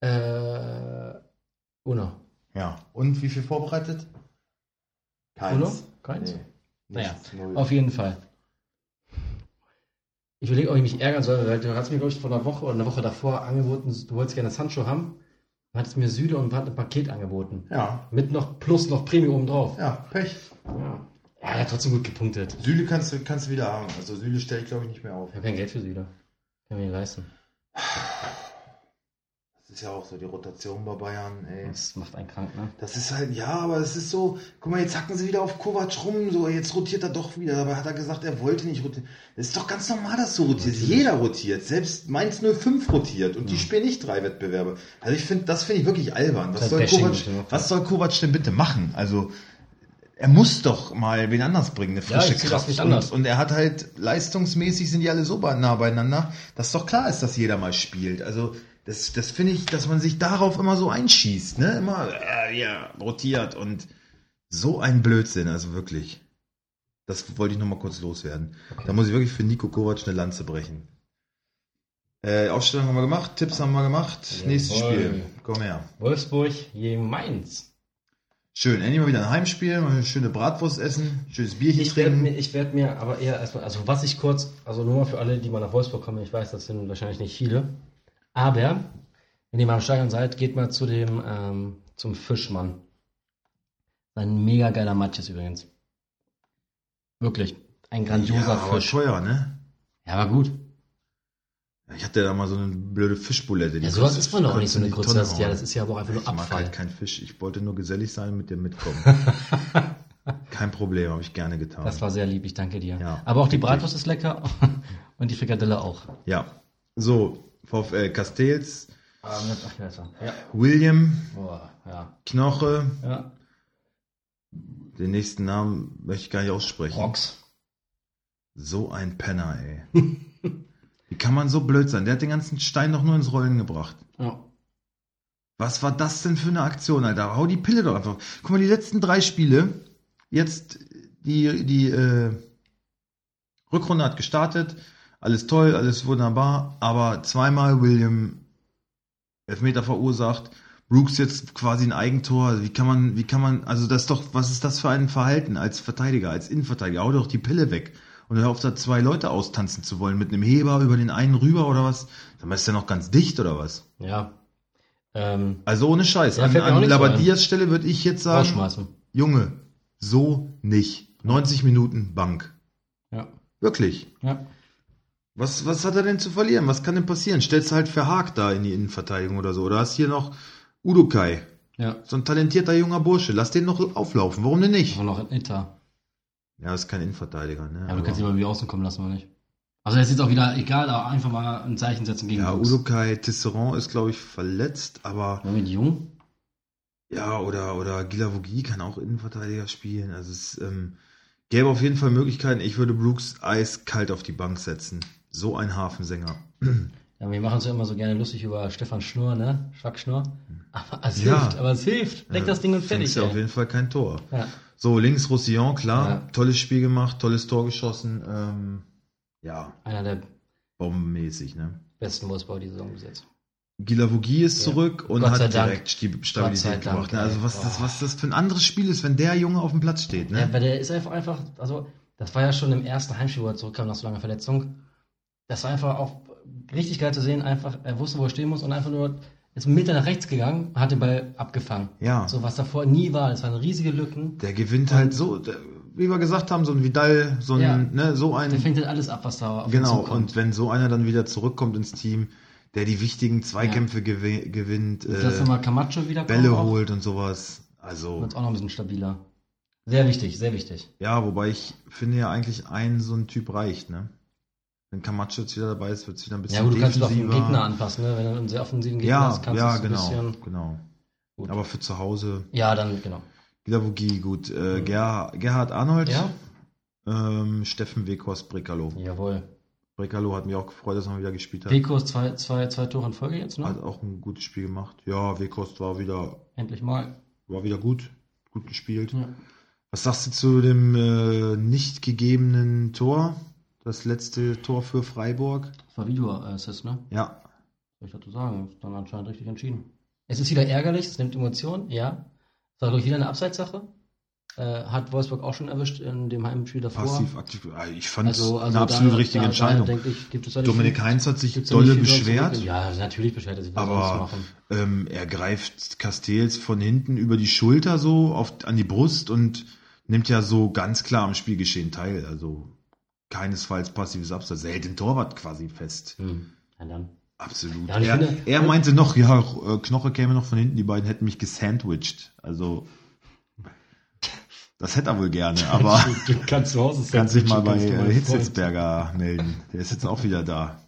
äh, Uno. Ja. Und wie viel vorbereitet? Uno? Keins? Naja, auf jeden Fall. Ich überlege, ob ich mich ärgern soll, weil du hast mir, glaube ich, vor einer Woche oder einer Woche davor angeboten, du wolltest gerne Sancho haben, dann hattest du mir Süle und ein Paket angeboten. Ja, Mit noch plus noch Premium oben drauf. ja, Pech. Ja. ja, er hat trotzdem gut gepunktet. Süle kannst du, kannst du wieder haben. Also Süle stelle ich, glaube ich, nicht mehr auf. Ich habe kein Geld für Süle. Kann mir nicht leisten. Das ist ja auch so die Rotation bei Bayern, ey. Das macht einen krank, ne? Das ist halt, ja, aber es ist so, guck mal, jetzt hacken sie wieder auf Kovac rum, so, jetzt rotiert er doch wieder. Dabei hat er gesagt, er wollte nicht rotieren. Das ist doch ganz normal, dass du rotierst. Natürlich. Jeder rotiert, selbst Mainz 05 rotiert und die Ja. spielen nicht drei Wettbewerbe. Also ich finde, das finde ich wirklich albern. Das Was hat soll, Bashing Kovac, gemacht, ja. was soll Kovac denn bitte machen? Also, er muss doch mal wen anders bringen, eine Ja, frische ich sehe das Kraft. nicht anders. Und, und er hat halt, leistungsmäßig sind die alle so be- nah beieinander, dass doch klar ist, dass jeder mal spielt. Also, das, das finde ich, dass man sich darauf immer so einschießt, ne? Immer, äh, ja, rotiert und so ein Blödsinn, also wirklich. Das wollte ich nochmal kurz loswerden. Da muss ich wirklich für Nico Kovac eine Lanze brechen. Äh, Aufstellung haben wir gemacht, Tipps haben wir gemacht. Nächstes Jawohl. Spiel. Komm her. Wolfsburg gegen Mainz. Schön, endlich mal wieder ein Heimspiel, mal eine schöne Bratwurst essen, schönes Bierchen Ich werde trinken. mir, ich werd mir aber eher erstmal, also was ich kurz, also nur mal für alle, die mal nach Wolfsburg kommen, ich weiß, das sind wahrscheinlich nicht viele, aber wenn ihr mal im Stadion seid, geht mal zu dem, ähm, zum Fischmann. Ein mega geiler Matsch ist übrigens. Wirklich. Ein grandioser ja, aber Fisch. teuer, ne? Ja, aber gut. Ja, Ich hatte da mal so eine blöde Fischbulette. die Ja, sowas kostet- isst man doch auch kostet nicht so eine die kurze Tonne Last. Ja, hauen. das ist ja aber auch einfach nur Ich mag Abfall. halt keinen Fisch. Ich wollte nur gesellig sein und mit dir mitkommen. Kein Problem, habe ich gerne getan. Das war sehr lieb, ich danke dir. Ja, Ähm, aber auch die bitte. Bratwurst ist lecker und die Frikadelle auch. ja. So, VfL Castells, Ähm, das ist besser. Ja. William, Boah, ja. Knoche, ja. den nächsten Namen möchte ich gar nicht aussprechen. Rocks. So ein Penner, ey. Wie kann man so blöd sein? Der hat den ganzen Stein doch nur ins Rollen gebracht. Ja. Was war das denn für eine Aktion, Alter? Hau die Pille doch einfach. Guck mal, die letzten drei Spiele, jetzt die, die äh, Rückrunde hat gestartet, alles toll, alles wunderbar, aber zweimal William Elfmeter verursacht, Brooks jetzt quasi ein Eigentor. Also Wie kann man, wie kann man, also das ist doch, was ist das für ein Verhalten als Verteidiger, als Innenverteidiger? Hau doch die Pille weg. Und hör auf, da zwei Leute austanzen zu wollen, mit einem Heber über den einen rüber oder was? Dann ist der noch ganz dicht oder was? Ja. Ähm, Also ohne Scheiß. Ja, an fällt mir auch an nicht so Labadias Stelle würde ich jetzt sagen, rausschmeißen. Junge, so nicht. 90 Minuten Bank. Ja. Wirklich. ja. Was, was hat er denn zu verlieren? Was kann denn passieren? Stellst du halt für Haag da in die Innenverteidigung oder so? Oder hast hier noch Udukai. Ja. So ein talentierter junger Bursche. Lass den noch auflaufen. Warum denn nicht? Aber noch ein Inter. Ja, ist kein Innenverteidiger, ne? Ja, aber du kannst aber, ihn mal wieder außen kommen lassen, oder nicht? Also das ist jetzt auch wieder egal, aber einfach mal ein Zeichen setzen gegen ja, Jungs. Udukai Tisserand ist, glaube ich, verletzt, aber Ja, mit Jung? ja, oder, oder Gilavogi kann auch Innenverteidiger spielen. Also es ähm, gäbe auf jeden Fall Möglichkeiten. Ich würde Brooks eiskalt auf die Bank setzen. So ein Hafensänger. Ja, wir machen uns ja immer so gerne lustig über Stefan Schnur, ne? Schwackschnur. Aber es Hm. Ja. hilft, aber es hilft. Leck das Ding und fertig. Fängst Äh, ja auf ey. jeden Fall kein Tor. Ja. So, links Roussillon, klar. Ja. Tolles Spiel gemacht, tolles Tor geschossen. Ähm, ja, Einer der bombenmäßig, ne? besten Wolfsbauer die Saison bis jetzt. Gilavogi ist Ja. zurück und Gott sei hat Dank. direkt Sti- Gott sei Stabilität Dank, gemacht. Ne? ey. Also was das, Boah. was das für ein anderes Spiel ist, wenn der Junge auf dem Platz steht. Ja, Ne? weil der ist einfach, einfach, also das war ja schon im ersten Heimspiel, wo er zurückkam nach so langer Verletzung. Das war einfach auch richtig geil zu sehen, einfach, er wusste, wo er stehen muss und einfach nur ist einen Meter nach rechts gegangen, hat den Ball abgefangen. Ja, So was davor nie war, das waren riesige Lücken. der gewinnt halt so, der, wie wir gesagt haben, so ein Vidal, so ein, Ja. ne, so ein, Der fängt halt alles ab, was da auf ihn genau. zukommt. Und wenn so einer dann wieder zurückkommt ins Team, der die wichtigen Zweikämpfe gewi- gewinnt, Jetzt lassen äh, wir mal Camacho wieder Bälle auch. holt und sowas. Also, Wird auch noch ein bisschen stabiler. Sehr wichtig, sehr wichtig. ja, wobei ich finde ja eigentlich ein so ein Typ reicht, ne? Wenn Camacho jetzt wieder dabei ist, wird es wieder ein bisschen Ja gut, du kannst dich auf den defensiver. Gegner anpassen, ne? Wenn du einen sehr offensiven Gegner Ja, hast, kannst ja, du es ein genau, bisschen... genau. Gut. Aber für zu Hause, Ja, dann, genau. Glavogi, gut. Äh, Ger Gerhard Arnold, Mhm. Ja? ähm, Steffen Weghorst, Brekalo. Jawohl. Brekalo hat mich auch gefreut, dass er mal wieder gespielt hat. Pekos zwei, zwei, zwei Tore in Folge jetzt, ne? Hat auch ein gutes Spiel gemacht. Ja, Weghorst war wieder, Endlich mal. war wieder gut, gut gespielt. Ja. Was sagst du zu dem äh, nicht gegebenen Tor? Das letzte Tor für Freiburg? Das war äh, Video-Assist, ne? Ja, Soll ich dazu sagen? Ist dann anscheinend richtig entschieden. Es ist wieder ärgerlich, es nimmt Emotionen, ja. Es war, glaube ich, wieder eine Abseitssache. Äh, hat Wolfsburg auch schon erwischt in dem Heimspiel davor. Also, passiv, aktiv. Ah, Ich fand es da- eine absolut da- richtige da- da Entscheidung. denke ich, gibt es da nicht Dominik viel- Heinz hat sich gibt's da nicht dolle viel dran zu beschwert. reden. Ja, natürlich beschwert er sich. was soll Aber- er machen? Ähm, er greift Castells von hinten über die Schulter so auf, an die Brust und nimmt ja so ganz klar am Spielgeschehen teil. Also keinesfalls passives Abseits. Er hält den Torwart quasi fest. Hm. Na dann. Absolut. Ja, und ich er, finde- also er meinte noch, ja, äh, Knoche käme noch von hinten, die beiden hätten mich gesandwiched. Also das hätte er wohl gerne, aber du, du kannst zu Hause sein. kannst dich mal Du bei kannst äh, mal freuen. Hitzelsberger melden. Der ist jetzt auch wieder da.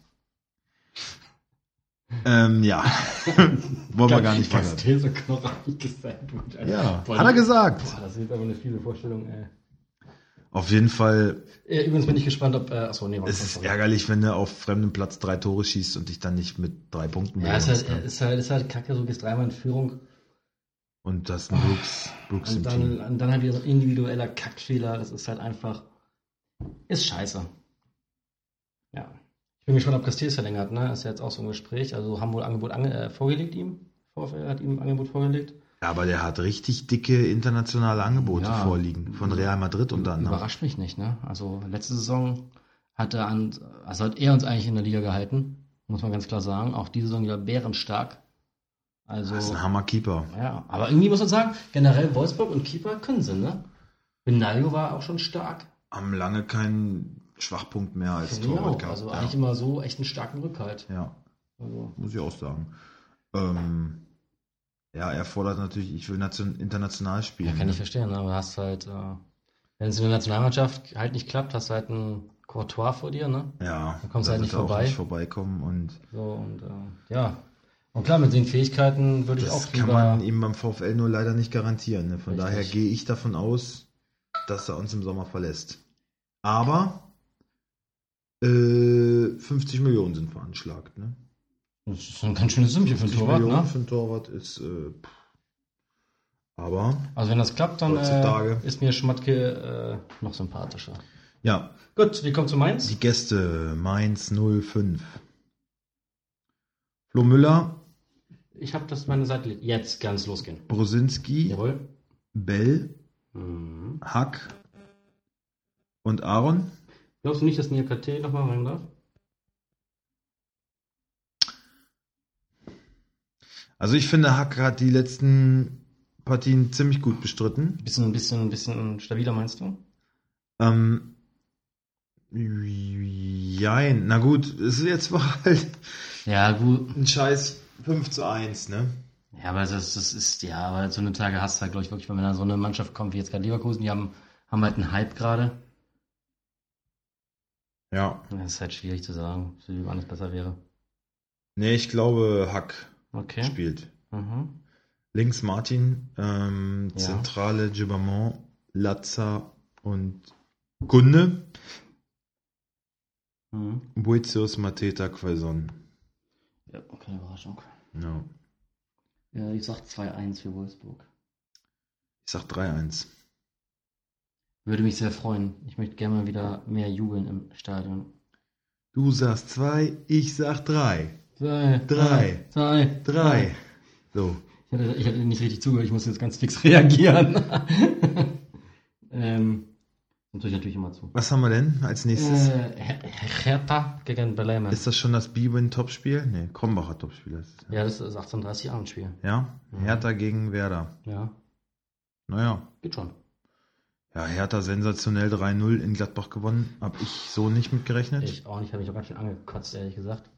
Ähm, ja. Wollen wir gar nicht weiter. Castells und Knoche haben mich gesandwiched, Alter. Ja, Boah, hat er das- gesagt. Boah, das ist jetzt aber eine viele Vorstellung, ey. Auf jeden Fall Äh, Übrigens bin ich gespannt, ob. Äh, achso, nee, war ist es sorry. ärgerlich, wenn du auf fremdem Platz drei Tore schießt und dich dann nicht mit drei Punkten Ja, ist belohnst, halt, ne? ist, halt, ist halt kacke, so gehst dreimal in Führung Und das ist ein Brooks, Brooks im und Team. dann, und dann halt wieder so ein individueller Kackfehler. Das ist halt einfach. Ist scheiße. Ja. Ich bin gespannt, ob Castells verlängert, ne? Ist ja jetzt auch so ein Gespräch. Also haben wohl Angebot ange äh, vorgelegt ihm. VfL hat ihm ein Angebot vorgelegt. Ja, aber der hat richtig dicke internationale Angebote Ja. vorliegen. Von Real Madrid unter anderem. Überrascht mich nicht, ne? Also letzte Saison hat er an, also hat er uns eigentlich in der Liga gehalten, muss man ganz klar sagen. Auch diese Saison wieder bärenstark. Also. Das ist ein Hammerkeeper. Ja, aber irgendwie muss man sagen, generell Wolfsburg und Keeper können sie, ne? Benaglio war auch schon stark. Haben lange keinen Schwachpunkt mehr als Finde ich Torwart auch. gehabt. Also eigentlich ja. immer so echt einen starken Rückhalt. ja, Also, muss ich auch sagen. Ähm, ja, er fordert natürlich, ich will nation- international ja, spielen. kann ne? ich verstehen, aber hast halt, äh, wenn es in der Nationalmannschaft halt nicht klappt, hast du halt einen Courtois vor dir, ne? ja, Da kommst du wird halt nicht er auch vorbei. nicht vorbeikommen und So und äh, ja. Und klar, mit den Fähigkeiten würde ich auch Das kann man ihm beim VfL nur leider nicht garantieren. Ne? Von Richtig. daher gehe ich davon aus, dass er uns im Sommer verlässt. Aber äh, 50 Millionen sind veranschlagt. Ne? Das ist ein ganz schönes Sümmchen für einen 50 Torwart, Millionen ne? für einen Torwart ist. Äh, pff. aber Also wenn das klappt, dann Heutzutage. äh, ist mir Schmatke äh, noch sympathischer. ja, Gut, wir kommen zu Mainz. die Gäste Mainz 05. Flo Müller, Ich habe das meine Seite jetzt ganz losgehen. Brosinski, Jawohl. Bell, Mhm. Hack und Aaron. Glaubst du nicht, dass Niakate nochmal rein darf? Also ich finde, Hack hat die letzten Partien ziemlich gut bestritten. Bisschen, ein bisschen, ein bisschen stabiler, meinst du? Ähm, jein, na gut, es ist jetzt war halt Ja, gut. ein scheiß 5 zu 1, ne? Ja, aber das, das ist, ja, aber so eine Tage hast du halt, glaube ich, wirklich, wenn da so eine Mannschaft kommt wie jetzt gerade Leverkusen, die haben, haben halt einen Hype gerade. Ja. Das ist halt schwierig zu sagen, ob es anders besser wäre. Nee, ich glaube, Hack Okay. spielt. Mhm. Links Martin, ähm, Ja. Zentrale Gibamont, Latza und Kunde. Mhm. Boetius, Mateta, Quaison. Ja, okay, Überraschung. Ja. Ja, ich sag 2-1 für Wolfsburg. Ich sag 3-1. Würde mich sehr freuen. Ich möchte gerne mal wieder mehr jubeln im Stadion. Du sagst 2, ich sag 3. Drei. Drei. Drei. 3. So. Ich hatte, ich hatte nicht richtig zugehört, ich muss jetzt ganz fix reagieren. ähm, und tue ich natürlich immer zu. Was haben wir denn als nächstes? Äh, Hertha gegen Belém. Ist das schon das B-Win-Topspiel? Nee, Krombacher Topspiel ist es. Ja, das ist 18.30 Abendspiel. Ja? Mhm. Hertha gegen Werder. Ja, Naja. geht schon. Ja, Hertha sensationell 3-0 in Gladbach gewonnen. Hab ich so nicht mitgerechnet. Ich auch nicht, habe mich auch ganz schön angekotzt, ehrlich gesagt.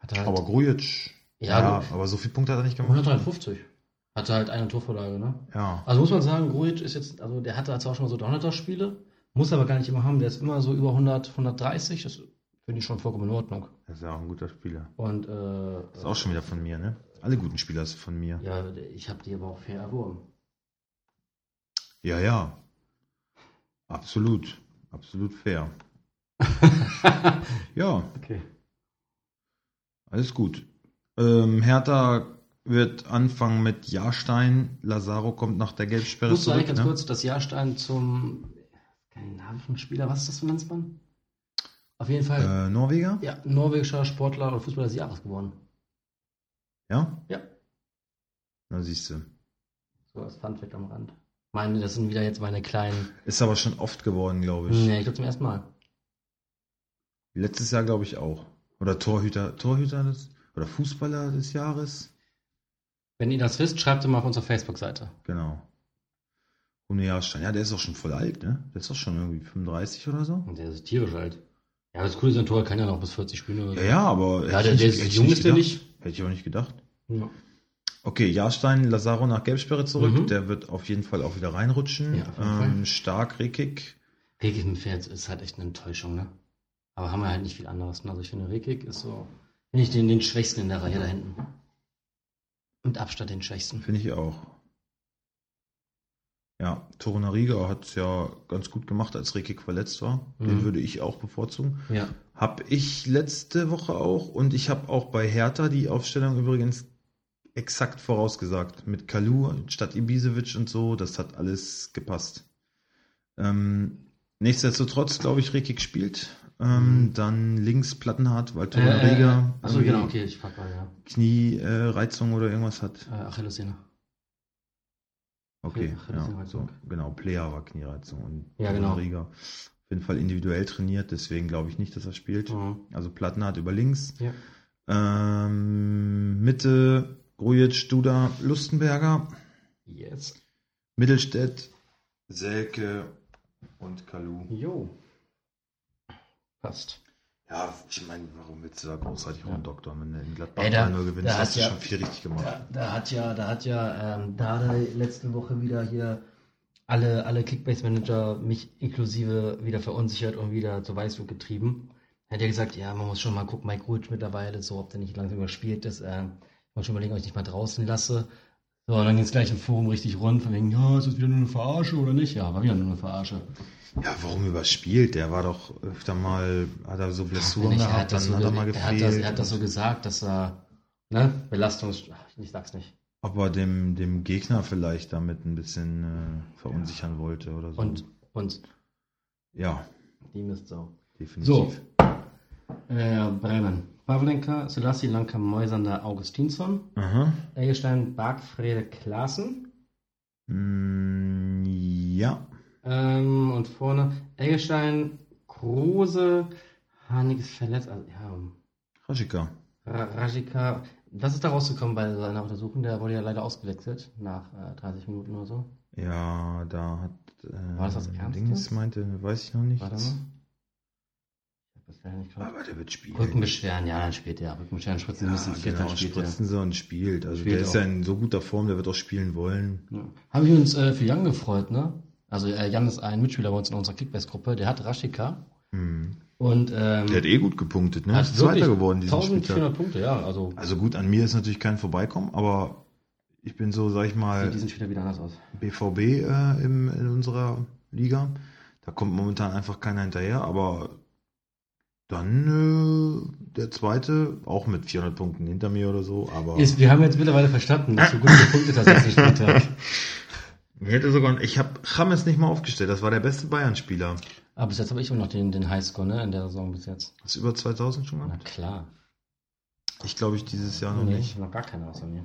Hatte halt Aber Grujic. Ja, Mhm. aber so viel Punkte hat er nicht gemacht. 153. Hatte halt eine Torvorlage, ne? Ja. Also muss man sagen, Grujic ist jetzt, also der hatte halt auch schon mal so 300er Spiele, muss aber gar nicht immer haben, der ist immer so über 100, 130, das finde ich schon vollkommen in Ordnung. Das ist ja auch ein guter Spieler. Und, äh, Das ist auch schon wieder von mir, ne? Alle guten Spieler sind von mir. ja, ich habe die aber auch fair erworben. Ja, ja. Absolut. Absolut fair. ja, Okay. alles gut. Ähm, Hertha wird anfangen mit Jahrstein. Lazaro kommt nach der Ich Gelbsperre wusste eigentlich zurück. ganz Ne? kurz, das Jahrstein zum, kein Name vom Spieler, was ist das für ein Landsmann? Auf jeden Fall, Äh, Norweger? ja, norwegischer Sportler und Fußballer des Jahres geworden. Ja? Ja. Na siehst du. So als Funfact am Rand. Meine, das sind wieder jetzt meine kleinen. Ist aber schon oft geworden, glaube ich. Nee, ich glaube zum ersten Mal. Letztes Jahr, glaube ich, auch. Oder Torhüter, Torhüter des, oder Fußballer des Jahres. Wenn ihr das wisst, schreibt es mal auf unserer Facebook-Seite. Genau. Rune Jahrstein. Ja, der ist auch schon voll alt, ne? Der ist doch schon irgendwie 35 oder so. Und der ist tierisch alt. Ja, das Coole ist, ein Tor kann ja noch bis 40 spielen oder so. Ja, ja, aber. Ja, hätte ich der, der nicht- hätte ist ich jung, ist der gedacht. nicht. Hätte ich auch nicht gedacht. Ja. Okay, Jahrstein, Lazaro nach Gelbsperre zurück. Mhm. Der wird auf jeden Fall auch wieder reinrutschen. Ja, auf jeden Fall. ähm, stark, Rekik. Rekik im Pferd ist halt echt eine Enttäuschung, ne? Aber haben wir halt nicht viel anderes. Ne? Also ich finde, Rekik ist so, finde ich den, den Schwächsten in der Reihe da hinten. Mit Abstand den Schwächsten. Finde ich auch. Ja, Torunariga hat es ja ganz gut gemacht, als Rekik verletzt war. Den Mhm. würde ich auch bevorzugen. Ja. Hab ich letzte Woche auch und ich habe auch bei Hertha die Aufstellung übrigens exakt vorausgesagt. Mit Kalu statt Ibisevic und so, das hat alles gepasst. Ähm, nichtsdestotrotz glaube ich, Rekik spielt. Mhm. Ähm, Dann links Plattenhardt, Äh, weil Torunariga Achso, irgendwie genau, okay, ich pack mal, ja. Kniereizung äh, Reizung oder irgendwas hat. Äh, Achillessehne. Okay, Ach, das ist ja, halt so, okay. genau. Player war Kniereizung und Ja, genau. Torunariga auf jeden Fall individuell trainiert, deswegen glaube ich nicht, dass er spielt. Mhm. Also Plattenhardt über links. Ja. Ähm, Mitte, Grujic, Duda, Lustenberger, Yes. Mittelstädt, Selke und Kalu. Jo. Passt. Ja, ich meine, warum willst du da großartig Ja. rumdoktern, wenn du in Gladbach Ey, da- 3-0 gewinnst? da hast hat du ja- schon viel richtig gemacht. Da, da hat ja, da hat ja ähm, Dade letzte Woche wieder hier alle, alle Kickbase-Manager, mich inklusive, wieder verunsichert und wieder zur Weißflug getrieben. Hat ja gesagt, ja, man muss schon mal gucken, Mike Rutsch mittlerweile, so, ob der nicht langsam überspielt ist. Ähm, ich muss schon überlegen, ob ich nicht mal draußen lasse. So, und dann ging es gleich im Forum richtig rund, von wegen, ja, ist das wieder nur eine Verarsche oder nicht? Ja, war wieder nur eine Verarsche. Ja, warum überspielt? Der war doch öfter mal, hat er so Blessuren Wenn ich- er gehabt, dann das so hat er ge- mal er hat, das, gefehlt. er hat das so gesagt, dass er, ne, Belastungs... Ach, ich sag's nicht. Aber dem, dem Gegner vielleicht damit ein bisschen äh, verunsichern wollte oder so. Und, und, ja, die Mistsau. definitiv. Äh, Bremen. Pavlenka, Selassie, Lanka, Moisander, Augustinsson. Aha. Eggestein, Bargfrede, Klaassen. Mm, ja. Ähm, und vorne Eggestein, Kruse, Hanig ist verletzt. Also, ja, Raschika. Ra- Rajika. Was ist da rausgekommen bei seiner Untersuchung? Der wurde ja leider ausgewechselt nach äh, 30 Minuten oder so. Ja, da hat. Äh, War das was Ernstes? Dings meinte, weiß ich noch nicht. Warte mal. Was ist der nicht dran? Aber der wird spielen. Rückenbeschweren, ja, dann spielt er. Rückenbeschweren, Spritzen müssen, Ah, ja, vier, genau, dann spielt er. spritzen sie und spielt. Also Spielt der ist auch. ja in so guter Form, der wird auch spielen wollen. Ja. Haben wir uns äh, für Jan gefreut, ne? Also äh, Jan ist ein Mitspieler bei uns in unserer Kickbase-Gruppe, der hat Rashika Hm. und ähm, Der hat eh gut gepunktet, ne? hat Ist Zweiter wirklich geworden diesen Spieltag. 1400 Punkte, ja, also Also gut, an mir ist natürlich kein Vorbeikommen, aber ich bin so, sag ich mal, Sieht diesen Spieler wieder anders aus. BVB äh, im, in unserer Liga. Da kommt momentan einfach keiner hinterher, aber dann äh, der zweite, auch mit 400 Punkten hinter mir oder so, aber ist, wir haben jetzt mittlerweile verstanden, dass du gut gepunktet hast letzten Spieltag. ich hätte sogar, ich habe James nicht mal aufgestellt, das war der beste Bayern-Spieler. Aber bis jetzt habe ich immer noch den, den Highscore, ne, in der Saison bis jetzt. Hast du über 2000 schon Na gehabt? klar. Ich glaube, ich dieses Jahr noch nee, nicht. ich habe noch gar keiner außer mir.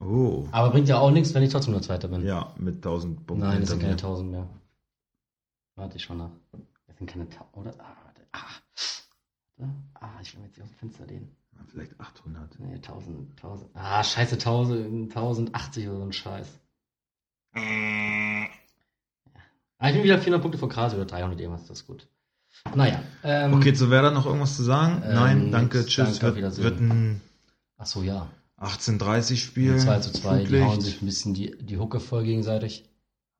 Oh, Aber bringt ja auch nichts, wenn ich trotzdem nur Zweiter bin. ja, mit 1000 Punkten Nein, hinter es sind keine mir. 1000 mehr. Warte, ich schau nach. Es sind keine 1000, oder? Ah, warte. Ah. ah, ich will mich jetzt nicht aus dem Fenster lehnen. Vielleicht 800. Nee, 1000, 1000. Ah, scheiße, 1000, 1080 oder so ein Scheiß. Mm. Ah, ich bin wieder 400 Punkte vor Krasi oder 300 irgendwas, das ist gut. Naja. Ähm, Okay, zu Werder noch irgendwas zu sagen? Ähm, Nein, danke, nix, tschüss. danke, auf wird, Wiedersehen. wird ein Achso, ja. 18:30 Spiel. 2 zu 2, die Flutlicht. hauen sich ein bisschen die, die Hucke voll gegenseitig.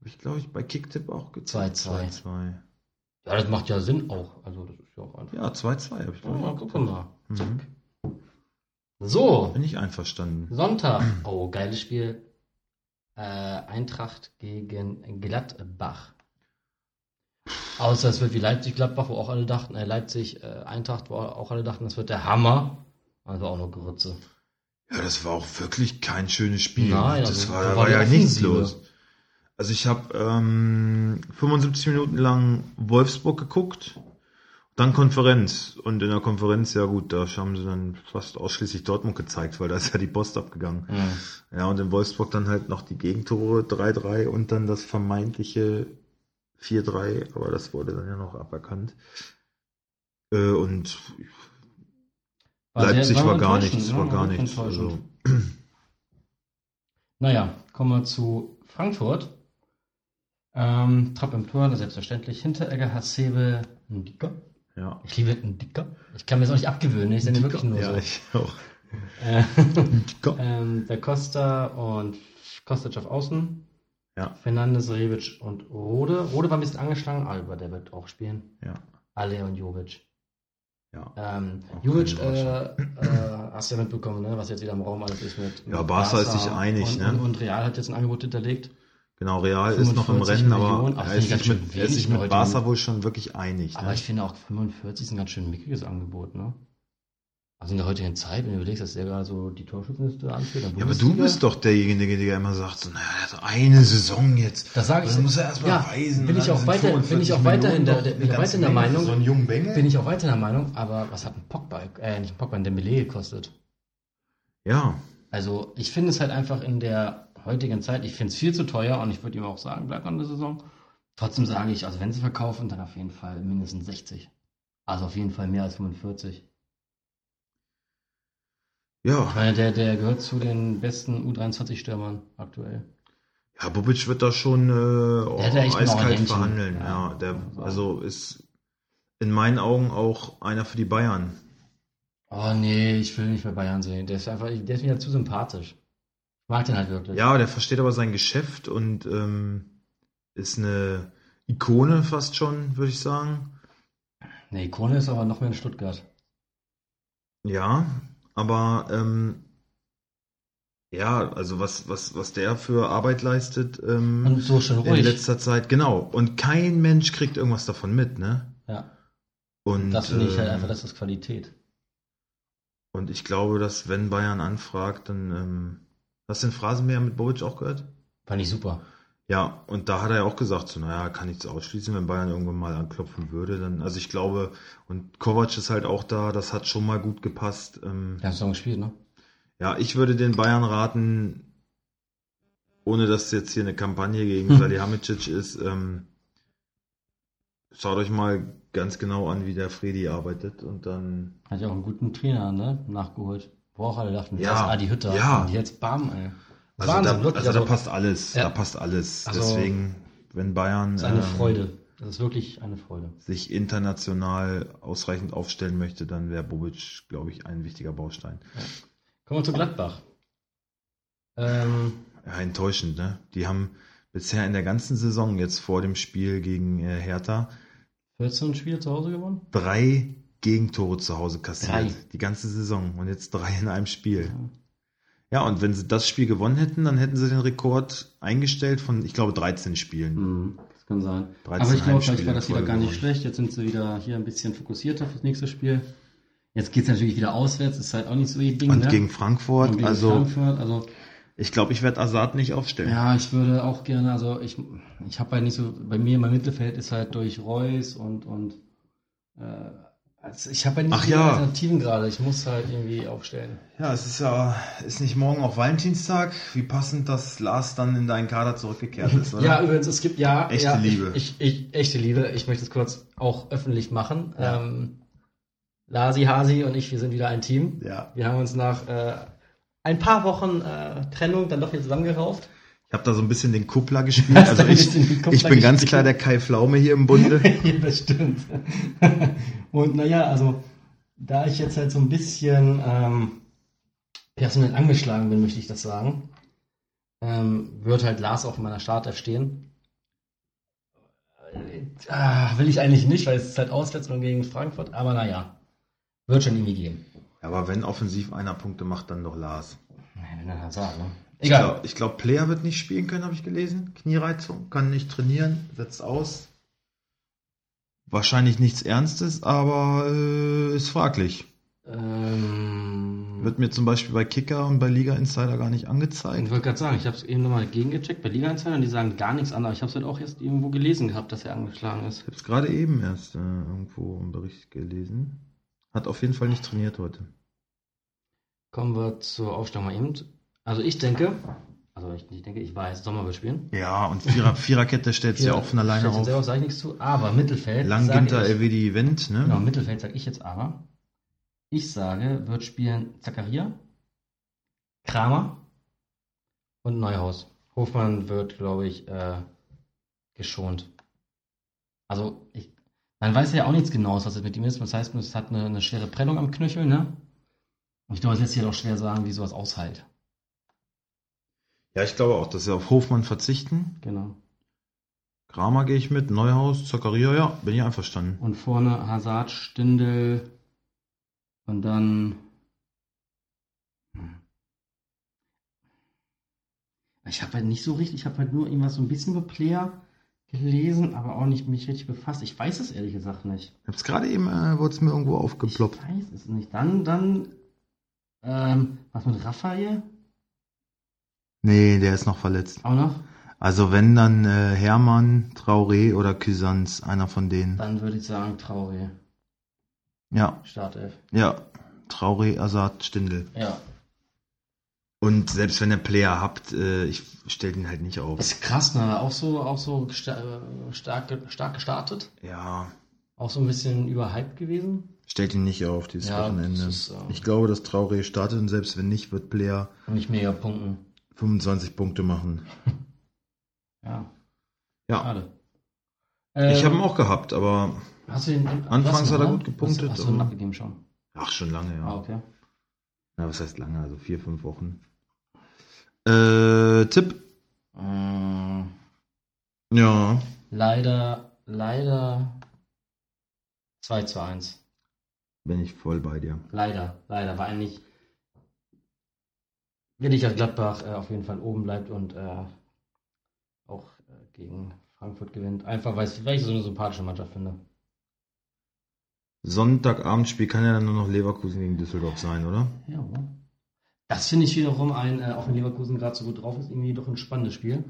Hab ich, glaube ich, bei Kicktipp auch gezeigt. 2-2. 2-2. Ja, das macht ja Sinn auch. Also, das ist ja auch einfach. Ja, 2-2 habe ich, glaube ich, mal auch gucken gezeigt. mal. Mhm. Zack. So, Bin ich einverstanden. Sonntag. Oh, geiles Spiel. Äh, Eintracht gegen Gladbach. Außer es wird wie Leipzig-Gladbach, wo auch alle dachten, äh, Leipzig-Eintracht, wo auch alle dachten, das wird der Hammer. Also auch nur Grütze. Ja, das war auch wirklich kein schönes Spiel. Nein, das also, war, da da war war die ja nichts Offensive. los. Also ich habe ähm, 75 Minuten lang Wolfsburg geguckt, dann Konferenz. Und in der Konferenz, ja gut, da haben sie dann fast ausschließlich Dortmund gezeigt, weil da ist ja die Post abgegangen. Ja, und in Wolfsburg dann halt noch die Gegentore 3-3 und dann das vermeintliche 4-3, aber das wurde dann ja noch aberkannt. Äh, und Leipzig sehr- war gar enttäuschend, nichts, ne? war gar wirklich nichts. enttäuschend. Also, Naja, kommen wir zu Frankfurt. Ähm, Trapp im Tor, selbstverständlich. Hinteregger, Hasebe, ein Dicker. ja. Ich liebe einen Dicker. Ich kann mir das auch nicht abgewöhnen, ne? ich sende wirklich nur ja, so. ich auch. Äh, Dicker. Ähm, der Costa und Kostic auf Außen. Ja. Fernandes, Rebic und Rode. Rode war ein bisschen angeschlagen, aber der wird auch spielen. Ja. Alle und Jovic. Ja. Ähm, Auch Jovic, keine äh, äh, hast du ja mitbekommen, ne? was jetzt wieder im Raum alles ist mit. Ja, mit Barca ist sich einig, und, ne? Und, und Real hat jetzt ein Angebot hinterlegt. Genau, Real ist noch im 45 Rennen, Millionen, aber ach, er finde ich ist ganz sich schön mit, er ist sich wenig heute. ne? mit Barca wohl schon wirklich einig. Aber Ne? ich finde auch 45 ist ein ganz schön mickriges Angebot, ne? Also in der heutigen Zeit, wenn du überlegst, dass der gerade so die Torschützenliste anführt. Ja, aber du bist doch derjenige, der immer sagt, so, naja, also eine Saison jetzt. Das sage ich. Das muss er erstmal Ja, beweisen. bin Und ich dann auch ne? sind weiter- bin ich 45 auch weiterhin Millionen der- doch der- eine bin ich auch ganze weiter der Menge für Meinung, So einen jungen Bengel. Bin ich auch weiter der Meinung, aber was hat ein Pogba, äh, nicht ein Pogba, ein Dembele gekostet? Ja, Also, ich finde es halt einfach in der heutigen Zeit, ich finde es viel zu teuer und ich würde ihm auch sagen, bleib an der Saison. Trotzdem sage ich, also wenn sie verkaufen, dann auf jeden Fall mindestens 60. Also auf jeden Fall mehr als 45. Ich ja. meine, der, der gehört zu den besten U23-Stürmern aktuell. Ja, Bubic wird da schon äh, auch hat ja echt noch ein eiskalt Händchen. verhandeln. Ja. Ja, der, also ist in meinen Augen auch einer für die Bayern. Oh nee, ich will ihn nicht bei Bayern sehen. Der ist einfach, der ist mir zu sympathisch. Ich mag den halt wirklich. Ja, der versteht aber sein Geschäft und ähm, ist eine Ikone fast schon, würde ich sagen. Nee, Krone ist aber noch mehr in Stuttgart. Ja, aber ähm, ja, also was, was, was der für Arbeit leistet ähm, Und so schön in ruhig. letzter Zeit, genau. Und kein Mensch kriegt irgendwas davon mit, ne? Ja. Und, Das finde ich halt ähm, einfach, das ist Qualität. und ich glaube, dass wenn Bayern anfragt, dann ähm, hast du den Phrasenmäher mit Bobic auch gehört? Fand ich super. Ja, und da hat er ja auch gesagt, so, naja, kann nichts ausschließen, wenn Bayern irgendwann mal anklopfen würde, dann, also ich glaube, und Kovac ist halt auch da, das hat schon mal gut gepasst. Ähm, Der hat Song gespielt, ne? Ja, ich würde den Bayern raten, ohne dass jetzt hier eine Kampagne gegen Salihamidzic ist, ähm, schaut euch mal ganz genau an, wie der Fredi arbeitet und dann Hat ja auch einen guten Trainer, ne? Nachgeholt. Wo auch alle dachten, Ja. ne? das ist Adi Hütter. Ja. Und jetzt bam, ey. also da, also da passt alles, Ja. da passt alles. Also- Deswegen, wenn Bayern Ist eine ähm, Freude. Das ist wirklich eine Freude. sich international ausreichend aufstellen möchte, dann wäre Bobic, glaube ich, ein wichtiger Baustein. Kommen wir zu Gladbach. Ähm, Ja, enttäuschend, ne? Die haben bisher in der ganzen Saison jetzt vor dem Spiel gegen äh, Hertha 14 Spiele zu Hause gewonnen? drei Gegentore zu Hause kassiert. Drei. Die ganze Saison und jetzt drei in einem Spiel. Ja. Ja, und wenn sie das Spiel gewonnen hätten, dann hätten sie den Rekord eingestellt von, ich glaube, 13 Spielen. Hm, das kann sein. 13 Aber ich glaube, vielleicht Mhm. Heimspiele war das in wieder Folge gar nicht gewonnen. schlecht. Jetzt sind sie wieder hier ein bisschen fokussierter fürs nächste Spiel. Jetzt geht es natürlich wieder auswärts, ist halt auch nicht so ihr Ding. Und ne? gegen Frankfurt, Und gegen also Frankfurt, also ich glaube, ich werde Assad nicht aufstellen. ja, ich würde auch gerne, also ich, ich habe halt nicht so, bei mir mein Mittelfeld ist halt durch Reus und, und äh, also ich habe halt nicht Ach so viele ja. Alternativen gerade. Ich muss halt irgendwie aufstellen. Ja, es ist ja, ist nicht morgen auch Valentinstag? Wie passend, dass Lars dann in deinen Kader zurückgekehrt ist, oder? Ja, übrigens, es gibt ja. Echte ja, Liebe. Ich, ich, ich, echte Liebe. Ich möchte es kurz auch öffentlich machen. Ja. Ähm, Lasi, Hasi und ich, wir sind wieder ein Team. ja. Wir haben uns nach äh, ein paar Wochen äh, Trennung dann doch hier zusammengerauft. Ich habe da so ein bisschen den Kuppler gespielt. Hast du Also ein ich, bisschen den Kuppler ich bin ganz gespielt? klar der Kai Pflaume hier im Bunde. ja, das stimmt. und naja, also da ich jetzt halt so ein bisschen ähm, personell angeschlagen bin, möchte ich das sagen, ähm, wird halt Lars auch in meiner Startelf stehen. Äh, Ah, will ich eigentlich nicht, weil es ist halt auswärts nur gegen Frankfurt, aber naja, wird schon irgendwie gehen. Aber wenn offensiv einer Punkte macht, dann doch Lars. Nein, wenn er das sagt, ne? Ich Egal. glaub- Ich glaube, Player wird nicht spielen können, habe ich gelesen. Kniereizung, kann nicht trainieren, setzt aus. Wahrscheinlich nichts Ernstes, aber äh, ist fraglich. Ähm, Wird mir zum Beispiel bei Kicker und bei Liga Insider gar nicht Ich angezeigt. wollte gerade sagen, ich habe es eben nochmal gegengecheckt bei Liga und die sagen gar nichts anderes. Ich habe es halt auch erst irgendwo gelesen gehabt, dass er angeschlagen ist. Ich habe es gerade eben erst äh, irgendwo im Bericht gelesen. Hat auf jeden Fall nicht trainiert heute. Kommen wir zur Aufstellung mal eben. Also ich denke, also ich nicht denke, ich weiß, Sommer wird spielen. Ja, und Vierer, Viererkette stellt sie ja auch von alleine Stellt sich auf. Selber sage ich nichts zu, aber Mittelfeld. Lang sage Ginter, ich, Elvedi, Event, ne? Genau, Mittelfeld sage ich jetzt aber. Ich sage, wird spielen Zakaria, Kramer und Neuhaus. Hofmann wird, glaube ich, äh, geschont. Also, ich, man weiß ja auch nichts Genaues, was es mit ihm ist. Das heißt, es hat eine, eine schwere Prellung am Knöchel, ne? Und ich glaube, es lässt sich halt auch schwer sagen, wie sowas aushält. Ja, ich glaube auch, dass sie auf Hofmann verzichten. Genau. Kramer gehe ich mit, Neuhaus, Zakaria, ja, bin ich einverstanden. Und vorne Hazard, Stindel und dann. Hm. Ich habe halt nicht so richtig, ich habe halt nur irgendwas so ein bisschen über Player gelesen, aber auch nicht mich richtig befasst. Ich weiß es ehrlich gesagt nicht. Ich hab's gerade eben, äh, wurde es mir irgendwo Ich aufgeploppt. weiß es nicht. Dann, dann, ähm, was mit Raphael? Nee, der ist noch verletzt. Auch noch? Also wenn, dann äh, Hermann, Traoré oder Cuisance, einer von denen. Dann würde ich sagen, Traoré. Ja, Startelf. ja, Traoré, Assad, Stindel. Ja. Und selbst wenn ihr Player habt, äh, ich stell den halt nicht auf. Das ist krass, ne? Auch so, auch so gesta- äh, stark, ge- stark gestartet. Ja, Auch so ein bisschen überhyped gewesen. stellt ihn nicht auf dieses Ja, das Wochenende. ist, äh, Ich glaube, dass Traoré startet und selbst wenn nicht, wird Player Und nicht mega punkten. 25 Punkte machen. Ja. Ja. Schade. Ich habe ihn Ähm, auch gehabt, aber Hast du den, Anfangs hast du hat er noch? gut gepunktet Hast, du- hast du und- ihn abgegeben schon? ach schon lange, ja. Ah, okay. Na, was heißt lange? Also vier, fünf Wochen. Äh, Tipp? Ähm, Ja. leider, leider 2 zu 1. Bin ich voll bei dir. Leider, leider. War eigentlich, will ich, dass Gladbach äh, auf jeden Fall oben bleibt und äh, auch äh, gegen Frankfurt gewinnt. Einfach, weil ich- weil ich so eine sympathische Mannschaft finde. Sonntagabendspiel kann ja dann nur noch Leverkusen gegen Düsseldorf sein, oder? Ja. oder? Das finde ich wiederum ein, äh, auch wenn Leverkusen gerade so gut drauf ist, irgendwie doch ein spannendes Spiel.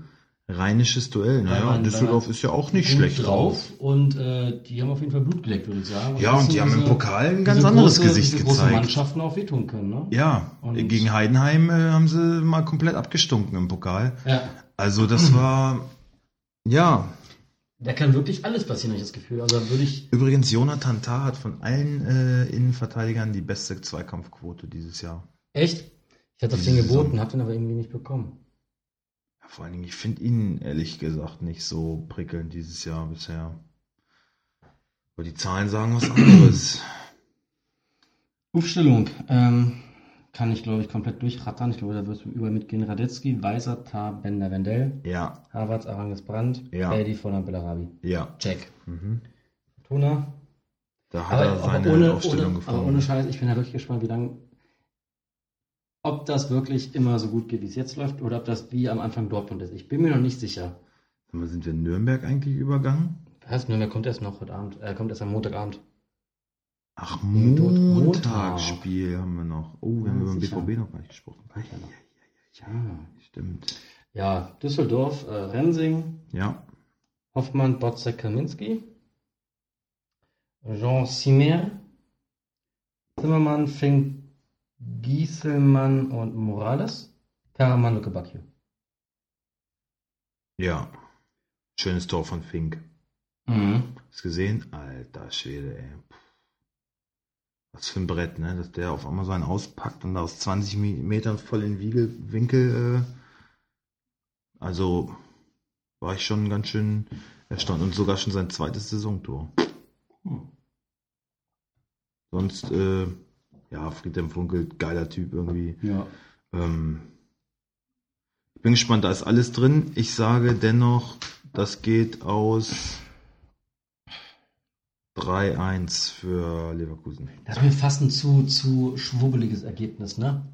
Rheinisches Duell. Weil Naja, man- Düsseldorf weil man- ist ja auch nicht Gut schlecht drauf. Und äh, die haben auf jeden Fall Blut geleckt, würde ich sagen. Ja, das und sind die haben im diese- Pokal ein ganz diese anderes große, Gesicht diese großen gezeigt. Mannschaften auch wehtun können, ne? Ja, Und- gegen Heidenheim äh, haben sie mal komplett abgestunken im Pokal. Ja, Also das Hm. war, ja. Da kann wirklich alles passieren, habe ich das Gefühl. Also da würde ich. Übrigens, Jonathan Tah hat von allen äh, Innenverteidigern die beste Zweikampfquote dieses Jahr. Echt? Ich hatte auf Diese den Saison. geboten, habe den aber irgendwie nicht bekommen. Ja, vor allen Dingen, ich finde ihn ehrlich gesagt nicht so prickelnd dieses Jahr bisher. Aber die Zahlen sagen was anderes. Aufstellung ähm, kann ich, glaube ich, komplett durchrattern. Ich glaube, da wirst du überall mitgehen. Radetzky, Weiser, Tar, Bender, Wendell, ja, Harvards, Aranges, Brandt, Ja. Brady, Vorland, Bellarabi. ja. Check. Mhm. Tuna. Da hat Aber, er seine aber, ohne, Aufstellung ohne, aber gefunden. ohne Scheiß, ich bin da wirklich gespannt, wie lange, ob das wirklich immer so gut geht, wie es jetzt läuft, oder ob das wie am Anfang Dortmund ist. Ich bin mir noch nicht sicher. Sag mal, Sind wir in Nürnberg eigentlich übergangen? Heißt nur, der kommt erst noch heute Abend, äh, kommt erst am Montagabend. Ach, Nee, dort Montagsspiel haben wir noch. Oh, wir Ja, haben über den sicher. BVB noch gar nicht gesprochen. Ja, noch. Ja, stimmt. Ja, Düsseldorf, äh, Rensing, Ja, Hoffmann, Botzek, Kaminski, Jean Simer, Zimmermann, Fink, Gieselmann und Morales, Karaman, Luke Bacchio. ja. Schönes Tor von Fink. Mhm. Hast gesehen? Alter Schwede, ey. Puh. Was für ein Brett, ne? Dass der auf einmal so einen auspackt und da aus 20 Mi- Metern voll in Wiegel, Winkel. Äh, also war ich schon ganz schön erstaunt. Und sogar schon sein zweites Saisontor. Hm. Sonst, äh, ja, Friedhelm Funkel, geiler Typ irgendwie. Ja. Ähm, ich bin gespannt, da ist alles drin. Ich sage dennoch, das geht aus 3-1 für Leverkusen. Das war mir fast ein zu, zu schwurbeliges Ergebnis, ne?